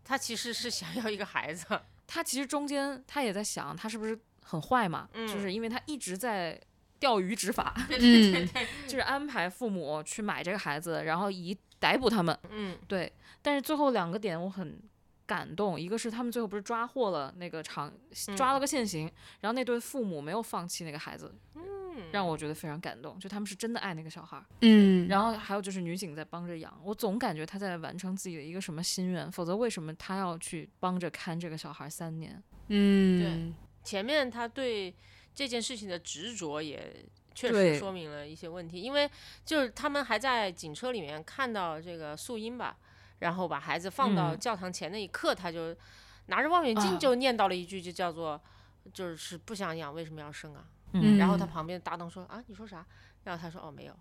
Speaker 5: 他其实是想要一个孩子，
Speaker 3: 她其实中间她也在想，她是不是很坏嘛？
Speaker 5: 嗯
Speaker 3: 就是因为她一直在钓鱼
Speaker 5: (laughs)
Speaker 3: 执法。
Speaker 1: 嗯
Speaker 3: 就是安排父母去买这个孩子，然后以逮捕他们。
Speaker 5: 嗯，
Speaker 3: 对，但是最后两个点我很感动，一个是他们最后不是抓获了那个长，
Speaker 5: 嗯
Speaker 3: 抓了个现行，然后那对父母没有放弃那个孩子，嗯，让我觉得非常感动，就他们是真的爱那个小孩儿。
Speaker 1: 嗯，
Speaker 3: 然后还有就是女警在帮着养，我总感觉她在完成自己的一个什么心愿，否则为什么她要去帮着看这个小孩三年？
Speaker 1: 嗯
Speaker 5: 前面他对这件事情的执着也确实
Speaker 3: 对
Speaker 5: 说明了一些问题，因为就是他们还在警车里面看到这个素英吧，然后把孩子放到
Speaker 3: 嗯
Speaker 5: 教堂前那一刻，他就拿着望远镜
Speaker 1: 啊
Speaker 5: 就念叨了一句，就叫做就是不想养，为什么要生啊？
Speaker 1: 嗯，
Speaker 5: 然后他旁边搭档说啊，你说啥？然后他说哦没有，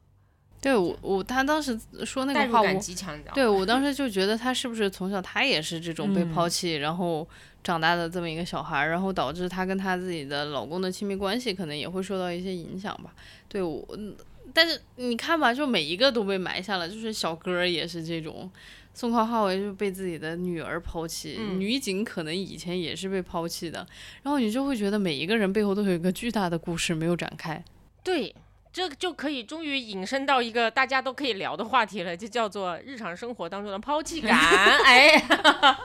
Speaker 1: 对我我他当时说那
Speaker 5: 代
Speaker 1: 个
Speaker 5: 入
Speaker 1: 话，
Speaker 5: 感
Speaker 1: 我
Speaker 5: 极强，你知道吗？
Speaker 1: 对我当时就觉得他是不是从小他也是这种被
Speaker 3: 嗯
Speaker 1: 抛弃，然后长大的这么一个小孩儿，然后导致他跟他自己的老公的亲密关系可能也会受到一些影响吧。对我，嗯但是你看吧，就每一个都被埋下了，就是小哥儿也是这种。宋康昊也就被自己的女儿抛弃，
Speaker 5: 嗯
Speaker 1: 女警可能以前也是被抛弃的，然后你就会觉得每一个人背后都有一个巨大的故事没有展开。
Speaker 5: 对，这就可以终于引申到一个大家都可以聊的话题了，就叫做日常生活当中的抛弃感。哎， (laughs)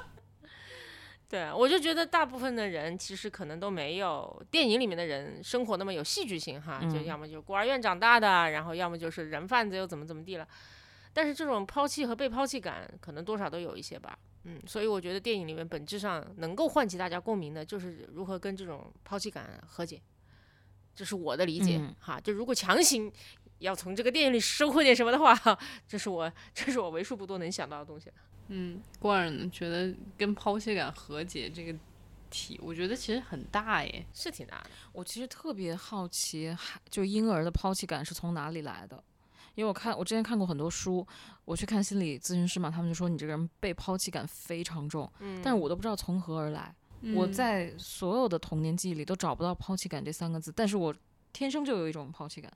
Speaker 5: 对，我就觉得大部分的人其实可能都没有电影里面的人生活那么有戏剧性哈，就
Speaker 3: 嗯
Speaker 5: 要么就是孤儿院长大的，然后要么就是人贩子又怎么怎么地了。但是这种抛弃和被抛弃感，可能多少都有一些吧。嗯，所以我觉得电影里面本质上能够唤起大家共鸣的，就是如何跟这种抛弃感和解，这是我的理解、
Speaker 3: 嗯
Speaker 5: 哈。就如果强行要从这个电影里收获点什么的话， (laughs) 这是我这是我为数不多能想到的东西了。
Speaker 1: 嗯，罐儿呢觉得跟抛弃感和解这个题，我觉得其实很大耶。
Speaker 5: 是挺难的，
Speaker 3: 我其实特别好奇，还就婴儿的抛弃感是从哪里来的？因为我看我之前看过很多书，我去看心理咨询师嘛，他们就说你这个人被抛弃感非常重，
Speaker 5: 嗯
Speaker 3: 但是我都不知道从何而来。
Speaker 1: 嗯
Speaker 3: 我在所有的童年记忆里都找不到抛弃感这三个字，但是我天生就有一种抛弃感，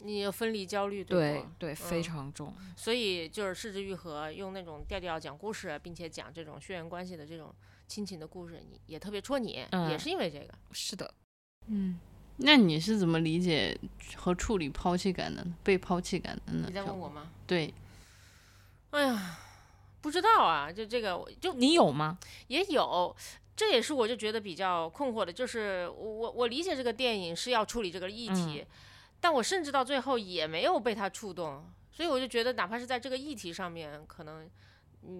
Speaker 5: 你有分离焦虑
Speaker 3: 对
Speaker 5: 不？
Speaker 3: 对，
Speaker 5: 嗯
Speaker 3: 非常重。
Speaker 5: 所以就是失之愈合，用那种调调讲故事，啊并且讲这种血缘关系的这种亲情的故事，你也特别戳你，
Speaker 3: 嗯
Speaker 5: 也是因为这个。
Speaker 3: 是的，
Speaker 1: 嗯，那你是怎么理解和处理抛弃感的呢？被抛弃感的呢？
Speaker 3: 嗯
Speaker 5: 你在
Speaker 1: 小
Speaker 5: 问
Speaker 1: 狗
Speaker 5: 我吗？
Speaker 1: 对，
Speaker 5: 哎呀，不知道啊，就这个我就
Speaker 3: 你有吗？
Speaker 5: 也有，这也是我就觉得比较困惑的，就是我我我理解这个电影是要处理这个议题，但我甚至到最后也没有被它触动，所以我就觉得哪怕是在这个议题上面，可能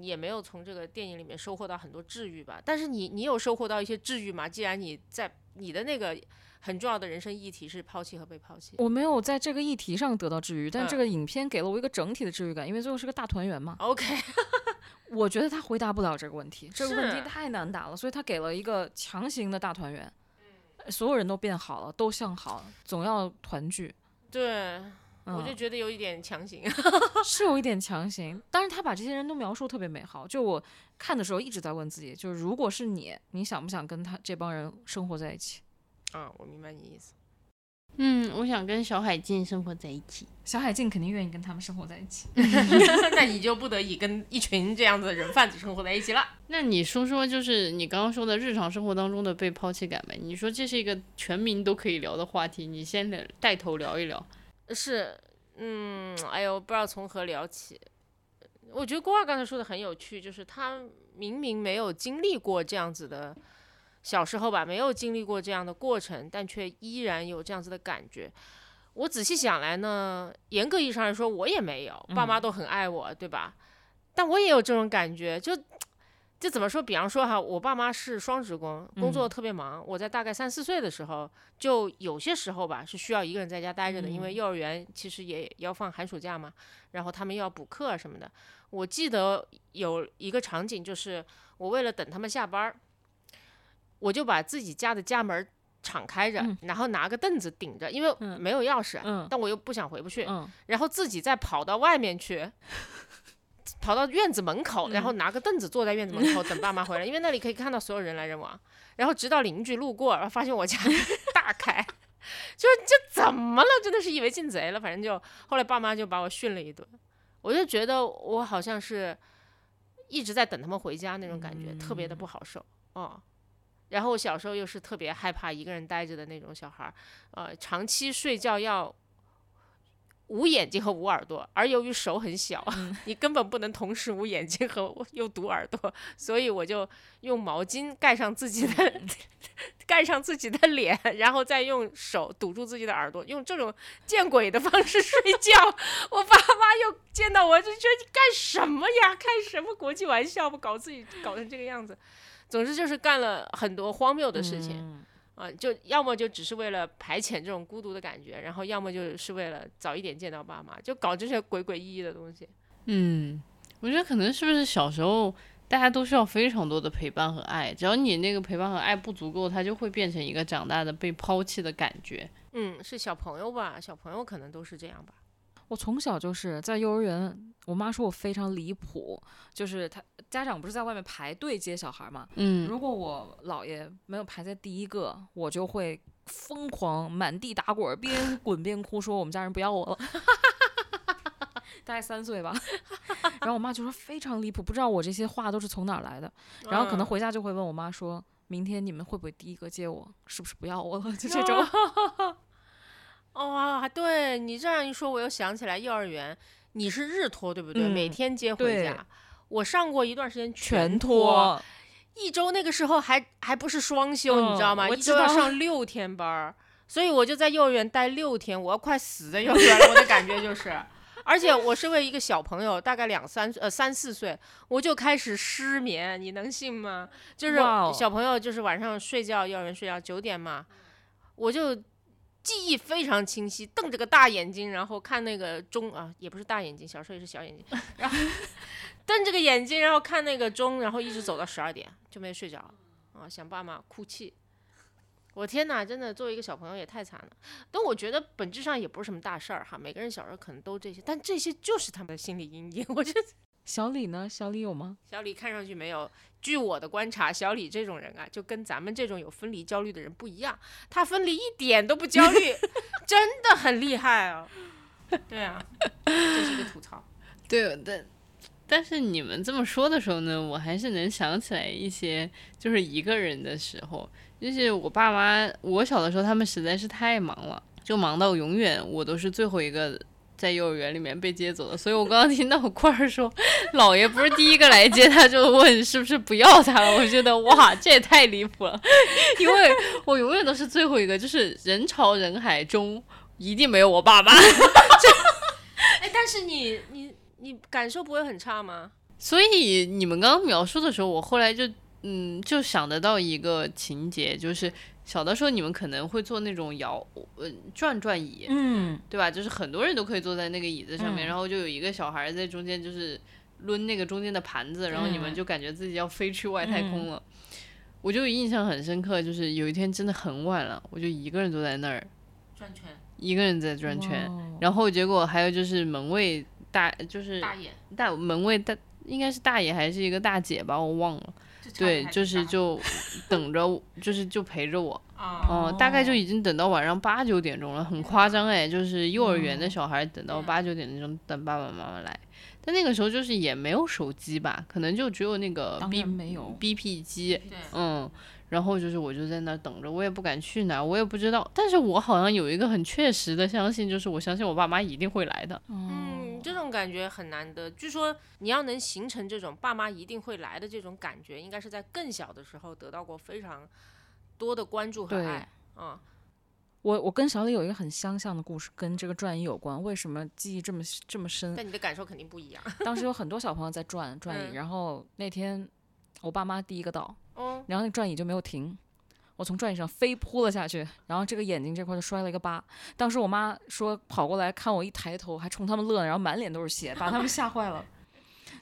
Speaker 5: 也没有从这个电影里面收获到很多治愈吧。但是你你有收获到一些治愈吗？既然你在你的那个很重要的人生议题是抛弃和被抛弃，
Speaker 3: 我没有在这个议题上得到治愈，但
Speaker 5: 嗯
Speaker 3: 这个影片给了我一个整体的治愈感，因为最后是个大团圆嘛。
Speaker 5: OK， (laughs)
Speaker 3: 我觉得他回答不了这个问题，这个问题
Speaker 5: 是
Speaker 3: 太难答了，所以他给了一个强行的大团圆，呃所有人都变好了，都向好，总要团聚。
Speaker 5: 对。我就
Speaker 3: 嗯、
Speaker 5: 觉得有一点强行，
Speaker 3: 是有一点强行，但是他把这些人都描述特别美好。就我看的时候一直在问自己，就是如果是你，你想不想跟他这帮人生活在一起？
Speaker 5: 啊，我明白你意思。 (laughs)
Speaker 1: 嗯，我想跟小海静生活在一起。
Speaker 3: 小海静肯定愿意跟他们生活在一
Speaker 5: (laughs)
Speaker 3: 起。
Speaker 5: 那你就不得已跟一群这样子的人贩子生活在一起了。
Speaker 1: 那你说说，就是你刚刚说的日常生活当中的被抛弃感呗？你说这是一个全民都可以聊的话题，你先聊带头聊一聊。
Speaker 5: 是，嗯，哎呦，不知道从何聊起。我觉得郭二刚才说的很有趣，就是他明明没有经历过这样子的小时候吧，没有经历过这样的过程，但却依然有这样子的感觉。我仔细想来呢，严格意义上来说，我也没有，爸妈都很爱我，对吧？但我也有这种感觉，就就怎么说？比方说哈，我爸妈是双职工，工作
Speaker 3: 嗯
Speaker 5: 特别忙。我在大概三四岁的时候，就有些时候吧，是需要一个人在家待着的，因
Speaker 3: 嗯
Speaker 5: 为幼儿园其实也要放寒暑假嘛，然后他们又要补课啊什么的。我记得有一个场景，就是我为了等他们下班儿，我就把自己家的家门儿敞开着，然后拿个凳子顶着，因为
Speaker 3: 嗯
Speaker 5: 没有钥匙，
Speaker 3: 嗯
Speaker 5: 但我又不想回不去，
Speaker 3: 嗯
Speaker 5: 然后自己再跑到外面去，跑到院子门口，然后拿个凳子坐在院子门口等爸妈回来，因为那里可以看到所有人来人往。然后直到邻居路过，然后发现我家 (laughs) 大开，就是这怎么了？真的是以为进贼了，反正就后来爸妈就把我训了一顿。我就觉得我好像是一直在等他们回家那种感觉，特别的不好受哦。然后我小时候又是特别害怕一个人待着的那种小孩儿，呃，长期睡觉要捂眼睛和捂耳朵，而由于手很小，你根本不能同时捂眼睛和 (laughs) 又堵耳朵，所以我就用毛巾盖上自己的
Speaker 3: 嗯
Speaker 5: (laughs) 盖上自己的脸，然后再用手堵住自己的耳朵，用这种见鬼的方式睡觉。我爸妈又见到我就觉得你干什么呀？开什么国际玩笑？不搞自己搞成这个样子。总之就是干了很多荒谬的事情。
Speaker 3: 嗯
Speaker 5: 啊，就要么就只是为了排遣这种孤独的感觉，然后要么就是为了早一点见到爸妈，就搞这些鬼鬼祟祟的东西。
Speaker 1: 嗯，我觉得可能是不是小时候大家都需要非常多的陪伴和爱，只要你那个陪伴和爱不足够，它就会变成一个长大的被抛弃的感觉。
Speaker 5: 嗯，是小朋友吧？小朋友可能都是这样吧。
Speaker 3: 我从小就是在幼儿园，我妈说我非常离谱，就是她家长不是在外面排队接小孩嘛，
Speaker 1: 嗯，
Speaker 3: 如果我姥爷没有排在第一个，我就会疯狂满地打滚儿，边滚边哭，说我们家人不要我了。 (laughs) 大概三岁吧， (laughs) 然后我妈就说非常离谱，不知道我这些话都是从哪儿来的。然后可能回家就会问我妈说，明天你们会不会第一个接我？是不是不要我了？ (laughs) 就这
Speaker 5: (laughs)
Speaker 3: 种。
Speaker 5: 哦啊，对你这样一说，我又想起来幼儿园，你是日托对不对？每
Speaker 3: 嗯
Speaker 5: 天接回
Speaker 3: 对
Speaker 5: 家。我上过一段时间
Speaker 3: 全
Speaker 5: 托，
Speaker 3: 托，
Speaker 5: 一周那个时候还还不是双休，你知道
Speaker 3: 嗯
Speaker 5: 吗？
Speaker 3: 我
Speaker 5: 一
Speaker 3: 知
Speaker 5: 周要
Speaker 3: 道
Speaker 5: 上
Speaker 3: (laughs)
Speaker 5: 六天班儿，所以我就在幼儿园待六天，我要快死在幼儿园了。我的感觉就是，而且我是为一个小朋友，大概两三呃三四岁，我就开始失眠，你能信吗？就是
Speaker 3: 哇哦
Speaker 5: 小朋友就是晚上睡觉，幼儿园睡觉九点嘛，我就记忆非常清晰，瞪着个大眼睛，然后看那个钟啊，也不是大眼睛，小时候也是小眼睛，然后
Speaker 3: (laughs)
Speaker 5: 瞪着个眼睛，然后看那个钟，然后一直走到十二点就没睡着啊，想爸妈哭泣。我天哪，真的作为一个小朋友也太惨了。但我觉得本质上也不是什么大事儿哈，每个人小时候可能都这些，但这些就是他们的心理阴影。 (laughs) 我觉得
Speaker 3: 小李呢？小李有吗？
Speaker 5: 小李看上去没有，据我的观察，小李这种人啊，就跟咱们这种有分离焦虑的人不一样，他分离一点都不焦 (laughs) 虑，真的很厉害哦。对 (laughs) 啊，这是一个吐槽。
Speaker 1: 对，但但是你们这么说的时候呢，我还是能想起来一些，就是一个人的时候，就是我爸妈，我小的时候他们实在是太忙了，就忙到永远我都是最后一个。在幼儿园里面被接走的，所以我刚刚听到块儿说，姥爷不是第一个来接他，就问是不是不要他了。我觉得哇，这也太离谱了，因为我永远都是最后一个，就是人潮人海中一定没有我爸爸。
Speaker 5: 哎，但是你你你感受不会很差吗？
Speaker 1: 所以你们刚刚描述的时候，我后来就嗯就想得到一个情节，就是小的时候你们可能会坐那种摇呃转转椅，
Speaker 3: 嗯，
Speaker 1: 对吧？就是很多人都可以坐在那个椅子上面，
Speaker 3: 嗯
Speaker 1: 然后就有一个小孩在中间，就是抡那个中间的盘
Speaker 3: 嗯
Speaker 1: 子，然后你们就感觉自己要飞去外太空了。我就印象很深刻，就是有一天真的很晚了，我就一个人坐在那儿
Speaker 5: 转圈
Speaker 1: 一个人在转圈，
Speaker 3: 哇哦
Speaker 1: 然后结果还有就是门卫大就是
Speaker 5: 大眼，
Speaker 1: 大门卫大应该是大爷还是一个大姐吧，我忘了。对，就是就等着， (laughs) 就是就陪着我，
Speaker 5: 啊，
Speaker 1: 嗯、
Speaker 3: 哦
Speaker 1: 大概就已经等到晚上八九点钟了，很夸张哎，就是幼儿园
Speaker 3: 哦
Speaker 1: 的小孩等到八九点钟等爸爸妈妈来，但那个时候就是也没有手机吧，可能就只有那个
Speaker 3: 当
Speaker 1: B
Speaker 3: 然没有
Speaker 1: BP 机，
Speaker 5: 对
Speaker 1: 嗯，然后就是我就在那儿等着，我也不敢去哪儿，我也不知道，但是我好像有一个很确实的相信，就是我相信我爸妈一定会来的，
Speaker 5: 嗯，这种感觉很难得。据说你要能形成这种爸妈一定会来的这种感觉，应该是在更小的时候得到过非常多的关注和
Speaker 3: 对
Speaker 5: 爱啊、
Speaker 3: 我我跟小李有一个很相像的故事，跟这个转移有关。为什么记忆这么这么深？
Speaker 5: 但你的感受肯定不一样。
Speaker 3: 当时有很多小朋友在转转椅，
Speaker 5: 嗯
Speaker 3: 然后那天我爸妈第一个到，
Speaker 5: 嗯，
Speaker 3: 然后那个转椅就没有停，我从转椅上飞扑了下去，然后这个眼睛这块就摔了一个疤。当时我妈说跑过来看我，一抬头还冲他们乐呢，然后满脸都是血，把他们吓坏了。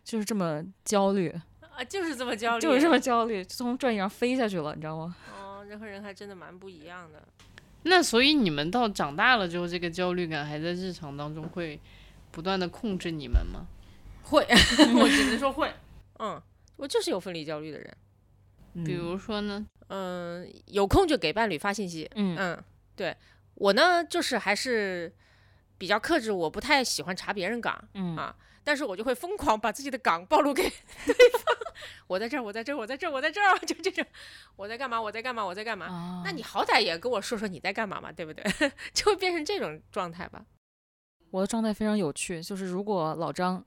Speaker 3: 就是这么焦虑，
Speaker 5: 啊，就是这么焦虑，啊
Speaker 3: 就是这么焦虑，就从转椅上飞下去了，你知道吗？
Speaker 5: 哦，人和人还真的蛮不一样的。
Speaker 1: 那所以你们到长大了之后，这个焦虑感还在日常当中会不断的控制你们吗？
Speaker 5: (laughs) 会，我只能说会。嗯，我就是有分离焦虑的人。
Speaker 1: 比如说呢？
Speaker 5: 嗯，有空就给伴侣发信息。
Speaker 3: 嗯，
Speaker 5: 嗯，对我呢，就是还是比较克制，我不太喜欢查别人岗。
Speaker 3: 嗯
Speaker 5: 啊，但是我就会疯狂把自己的岗暴露给 (laughs) 对方。我在这儿，我在这儿，我在这儿，我在这儿， (laughs) 就这种，我在干嘛？我在干嘛？我在干嘛？
Speaker 3: 啊
Speaker 5: 那你好歹也跟我说说你在干嘛嘛，对不对？ (laughs) 就会变成这种状态吧。
Speaker 3: 我的状态非常有趣，就是如果老张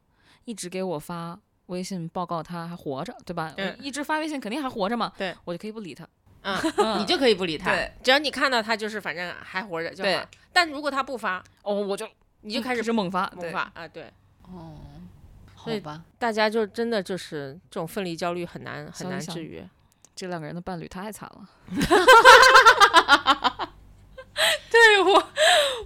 Speaker 3: 一直给我发微信报告他还活着，对吧？
Speaker 5: 嗯
Speaker 3: 我一直发微信肯定还活着嘛，
Speaker 5: 对，
Speaker 3: 我就可以不
Speaker 5: (laughs)
Speaker 3: 理他。
Speaker 5: 嗯，
Speaker 3: 嗯
Speaker 5: 你就可以不理他
Speaker 3: 对，
Speaker 5: 只要你看到他就是反正还活着就
Speaker 3: 对
Speaker 5: 好。但如果他不发，
Speaker 3: 哦，我就
Speaker 5: 你就开始
Speaker 3: 猛发，
Speaker 5: 不
Speaker 3: 对
Speaker 5: 发啊，嗯对。
Speaker 1: 哦，好
Speaker 5: 所以
Speaker 1: 吧，
Speaker 5: 大家就真的就是这种分离焦虑很难很
Speaker 3: 想一
Speaker 5: 难
Speaker 3: 想
Speaker 5: 治愈，
Speaker 3: 这两个人的伴侣太惨了。
Speaker 1: (laughs) 对我，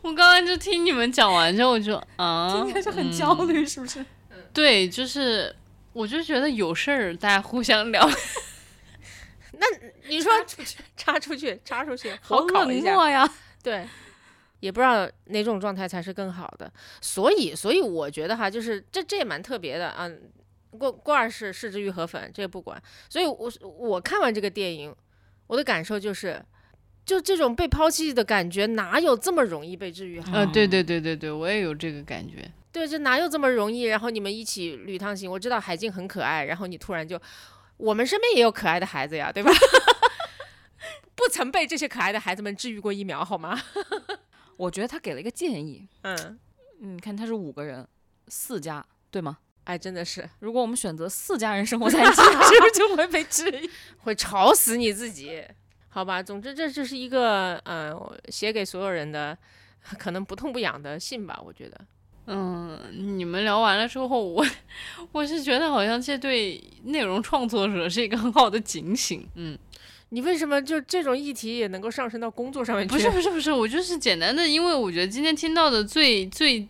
Speaker 1: 我刚刚就听你们讲完之后，我就啊，
Speaker 3: 应该就很
Speaker 1: 嗯
Speaker 3: 焦虑，是不是？
Speaker 1: 对，就是我就觉得有事儿大家互相聊，
Speaker 5: 你说插出去，插出去，
Speaker 3: 好
Speaker 5: 火烤
Speaker 3: 冷
Speaker 5: 一下，
Speaker 3: 漠呀！
Speaker 5: (laughs) 对，也不知道哪种状态才是更好的。所以，所以我觉得哈，就是这这也蛮特别的啊。过过二是是之愈合粉，这个不管。所以我我看完这个电影，我的感受就是，就这种被抛弃的感觉，哪有这么容易被治愈好？
Speaker 1: 呃，对对对对对，我也有这个感觉。
Speaker 5: 对，这哪有这么容易？然后你们一起旅趟行，我知道海静很可爱，然后你突然就，我们身边也有可爱的孩子呀，对吧？ (laughs) 不曾被这些可爱的孩子们治愈过一秒，好吗？
Speaker 3: 我觉得他给了一个建议，
Speaker 5: 嗯，
Speaker 3: 你看他是五个人，四家对吗？
Speaker 5: 哎，真的是
Speaker 3: 如果我们选择四家人生活
Speaker 5: (laughs)
Speaker 3: 在一起，是不是就会被质疑？
Speaker 5: 会吵死你自己，好吧？总之，这就是一个嗯、呃我写给所有人的，可能不痛不痒的信吧，我觉得。
Speaker 1: 嗯，你们聊完了之后，我 (laughs) 我是觉得好像这对内容创作者是一个很好的警醒。嗯，
Speaker 5: 你为什么就这种议题也能够上升到工作上面去？
Speaker 1: 不是不是不是，我就是简单的，因为我觉得今天听到的最最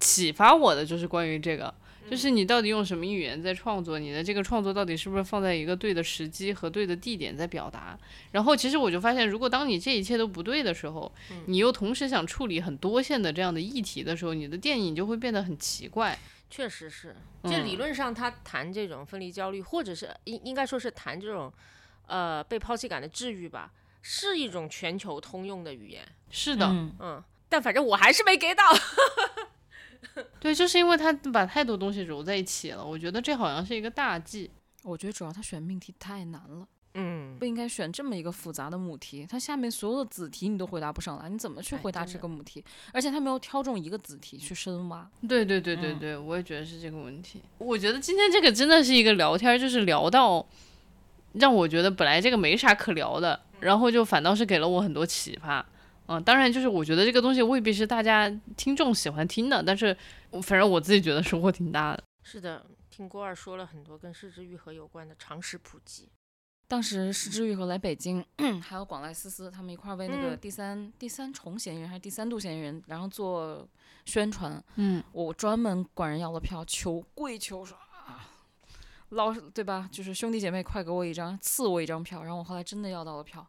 Speaker 1: 启发我的就是关于这个，就是
Speaker 5: 嗯
Speaker 1: 你到底用什么语言在创作，你的这个创作到底是不是放在一个对的时机和对的地点在表达。然后其实我就发现，如果当你这一切都不对的时候，
Speaker 5: 嗯
Speaker 1: 你又同时想处理很多线的这样的议题的时候，你的电影就会变得很奇怪。
Speaker 5: (laughs) 确实是，就理
Speaker 1: 嗯
Speaker 5: 论上他谈这种分离焦虑，或者是应应该说是谈这种呃被抛弃感的治愈吧，是一种全球通用的语言。
Speaker 1: 是的，
Speaker 5: 嗯，但反正我还是没 get 到。
Speaker 1: 对，就是因为他把太多东西揉在一起了，我觉得这好像是一个大忌。
Speaker 3: 我觉得主要他选命题太难了，
Speaker 5: (laughs) 嗯
Speaker 3: 不，应该选这么一个复杂的母题。它下面所有的子题你都回答不上来，你怎么去
Speaker 5: 哎
Speaker 3: 回答
Speaker 5: 真
Speaker 3: 这
Speaker 5: 的
Speaker 3: 个母题？而且他没有挑中一个子题去深挖。
Speaker 1: 对对对对对，我也觉得是这个问题。我觉得今天这个真的是一个聊天儿，就是聊到让我觉得本来这个没啥可聊的，然后就反倒是给了我很多启发。嗯，当然就是我觉得这个东西未必是大家听众喜欢听的，但是我反正我自己觉得收获挺大的。
Speaker 5: 是的，听郭二说了很多跟失之愈合有关的常识普及。
Speaker 3: 当时石之玉和来北京， (clears throat) 还有广濑丝丝他们一块儿为那个
Speaker 5: 嗯
Speaker 3: 第三、第三重嫌疑人还是第三度嫌疑人，然后做宣传。
Speaker 1: 嗯，
Speaker 3: 我专门管人要了票，求跪求说啊，老对吧？就是兄弟姐妹，快给我一张，赐我一张票。然后我后来真的要到了票，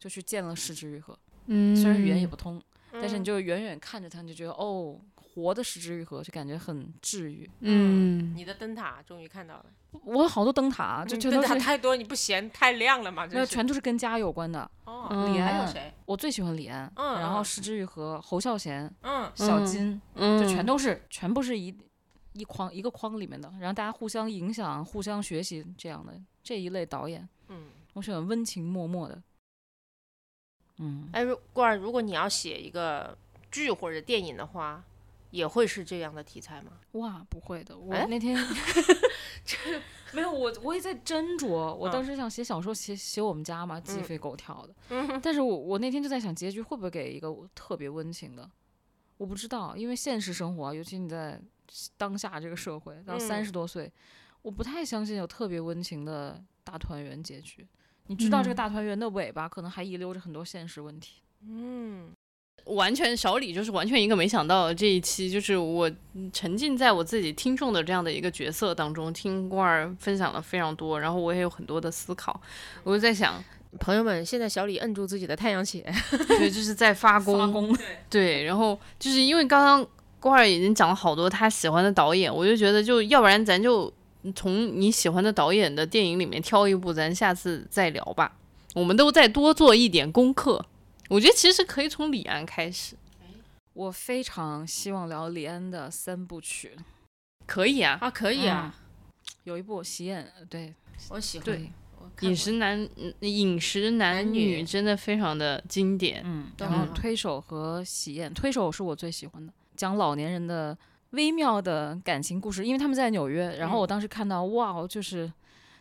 Speaker 3: 就去见了石之玉和，
Speaker 1: 嗯
Speaker 3: 虽然语言也不通，但是你
Speaker 5: 就
Speaker 3: 就远远看着他，你就觉得哦，活的石之玉和就感觉很治愈。
Speaker 1: 嗯，
Speaker 5: 你的灯塔终于看到了，
Speaker 3: 我有好多灯塔，啊就
Speaker 5: 嗯
Speaker 3: 全
Speaker 5: 灯
Speaker 3: 都
Speaker 5: 塔
Speaker 3: 是
Speaker 5: 太多，你不嫌太亮了吗？
Speaker 3: 没有，
Speaker 5: 真是
Speaker 3: 全都是跟家有关的。
Speaker 5: 哦，
Speaker 1: 嗯
Speaker 3: 李
Speaker 5: 还有
Speaker 3: 安，
Speaker 5: 谁？
Speaker 3: 我最喜欢李安，
Speaker 5: 嗯
Speaker 3: 然后
Speaker 5: 嗯
Speaker 3: 石之予和侯孝贤、
Speaker 5: 嗯
Speaker 3: 小
Speaker 1: 嗯
Speaker 3: 金，
Speaker 1: 嗯
Speaker 3: 就全都是全部是一一框一个框里面的，然后大家互相影响、互相学习这样的这一类导演，
Speaker 5: 嗯。
Speaker 3: 我喜欢温情脉脉的。嗯，
Speaker 5: 哎，如果如果你要写一个剧或者电影的话，也会是这样的题材吗？
Speaker 3: 哇，不会的，我
Speaker 5: 哎 (laughs)
Speaker 3: 那天没有我，我也在斟酌。我当
Speaker 5: 嗯
Speaker 3: 时想写小说，写写我们家嘛，鸡
Speaker 5: 嗯
Speaker 3: 飞狗跳的。
Speaker 5: 嗯
Speaker 3: 但是我我那天就在想，结局会不会给一个特别温情的？我不知道，因为现实生活，啊尤其你在当下这个社会，到
Speaker 5: 嗯
Speaker 3: 三十多岁，我不太相信有特别温情的大团圆结局。你知道这个
Speaker 1: 嗯
Speaker 3: 大团圆的尾巴，可能还遗留着很多现实问题。
Speaker 5: 嗯，
Speaker 1: 完全小李就是完全一个没想到这一期，就是我沉浸在我自己听众的这样的一个角色当中，听罐儿分享了非常多，然后我也有很多的思考，我就在想，
Speaker 5: 朋友们，现在小李摁住自己的太阳穴，
Speaker 1: 对，就是在
Speaker 3: (laughs)
Speaker 1: 发功，对，然后就是因为刚刚罐儿已经讲了好多他喜欢的导演，我就觉得就要不然咱就从你喜欢的导演的电影里面挑一部，咱下次再聊吧，我们都再多做一点功课，我觉得其实可以从李安开始，
Speaker 3: 我非常希望聊李安的三部曲，
Speaker 1: 可以啊。
Speaker 5: 啊，可以啊，
Speaker 3: 有一部《喜宴》，呃嗯对
Speaker 5: 我喜欢。
Speaker 3: 对，
Speaker 5: 我看过
Speaker 1: 饮食男嗯饮食男
Speaker 5: 男
Speaker 1: 女
Speaker 5: 女
Speaker 1: 真的非常的经典，
Speaker 3: 嗯，
Speaker 5: 都
Speaker 3: 然后
Speaker 5: 很好
Speaker 3: 推手和喜宴，推手是我最喜欢的，讲老年人的微妙的感情故事，因为他们在纽约，然后我当时看到，哇，就是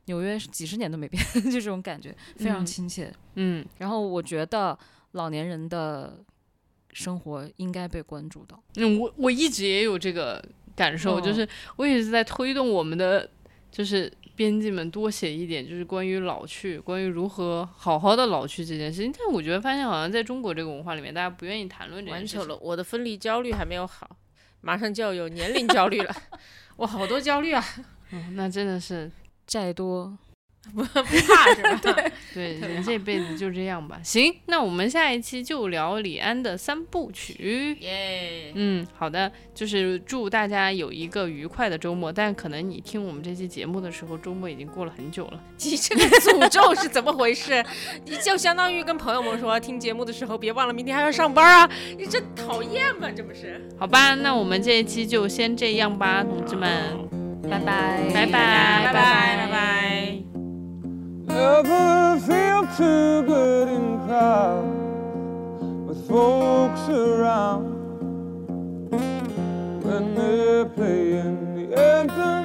Speaker 3: 纽约是几十年都没变， (laughs) 就这种感觉非常
Speaker 1: 嗯
Speaker 3: 亲切。
Speaker 1: 嗯，
Speaker 3: 然后我觉得老年人的生活应该被关注到，
Speaker 1: 嗯我我一直也有这个感受，
Speaker 5: 嗯
Speaker 3: 哦
Speaker 1: 就是我也是在推动我们的就是编辑们多写一点，就是关于老去，关于如何好好的老去这件事情。但我觉得发现好像在中国这个文化里面，大家不愿意谈论这
Speaker 5: 完
Speaker 1: 件事
Speaker 5: 球了，
Speaker 1: 情。
Speaker 5: 我的分离焦虑还没有好，马上就要有年龄焦 (laughs) 虑了，我好多焦虑啊，
Speaker 1: 嗯，那真的是
Speaker 3: 债多
Speaker 5: 不不怕是吧？对， (laughs)
Speaker 1: 对人这辈子就这样吧。行，那我们下一期就聊李安的三部曲。
Speaker 5: 耶，
Speaker 1: 嗯，好的，就是祝大家有一个愉快的周末。但可能你听我们这期节目的时候，周末已经过了很久了。
Speaker 5: 你这个诅咒是怎么回事？你就相当于跟朋友们说，听节目的时候别忘了明天还要上班啊！你这讨厌吗？这不是。
Speaker 1: 好吧，那我们这一期就先这样吧，同志们，
Speaker 3: 拜拜，
Speaker 1: 拜拜，
Speaker 5: 哎拜拜拜拜。
Speaker 6: Never feel too good in crowd with folks around when they're playing the anthem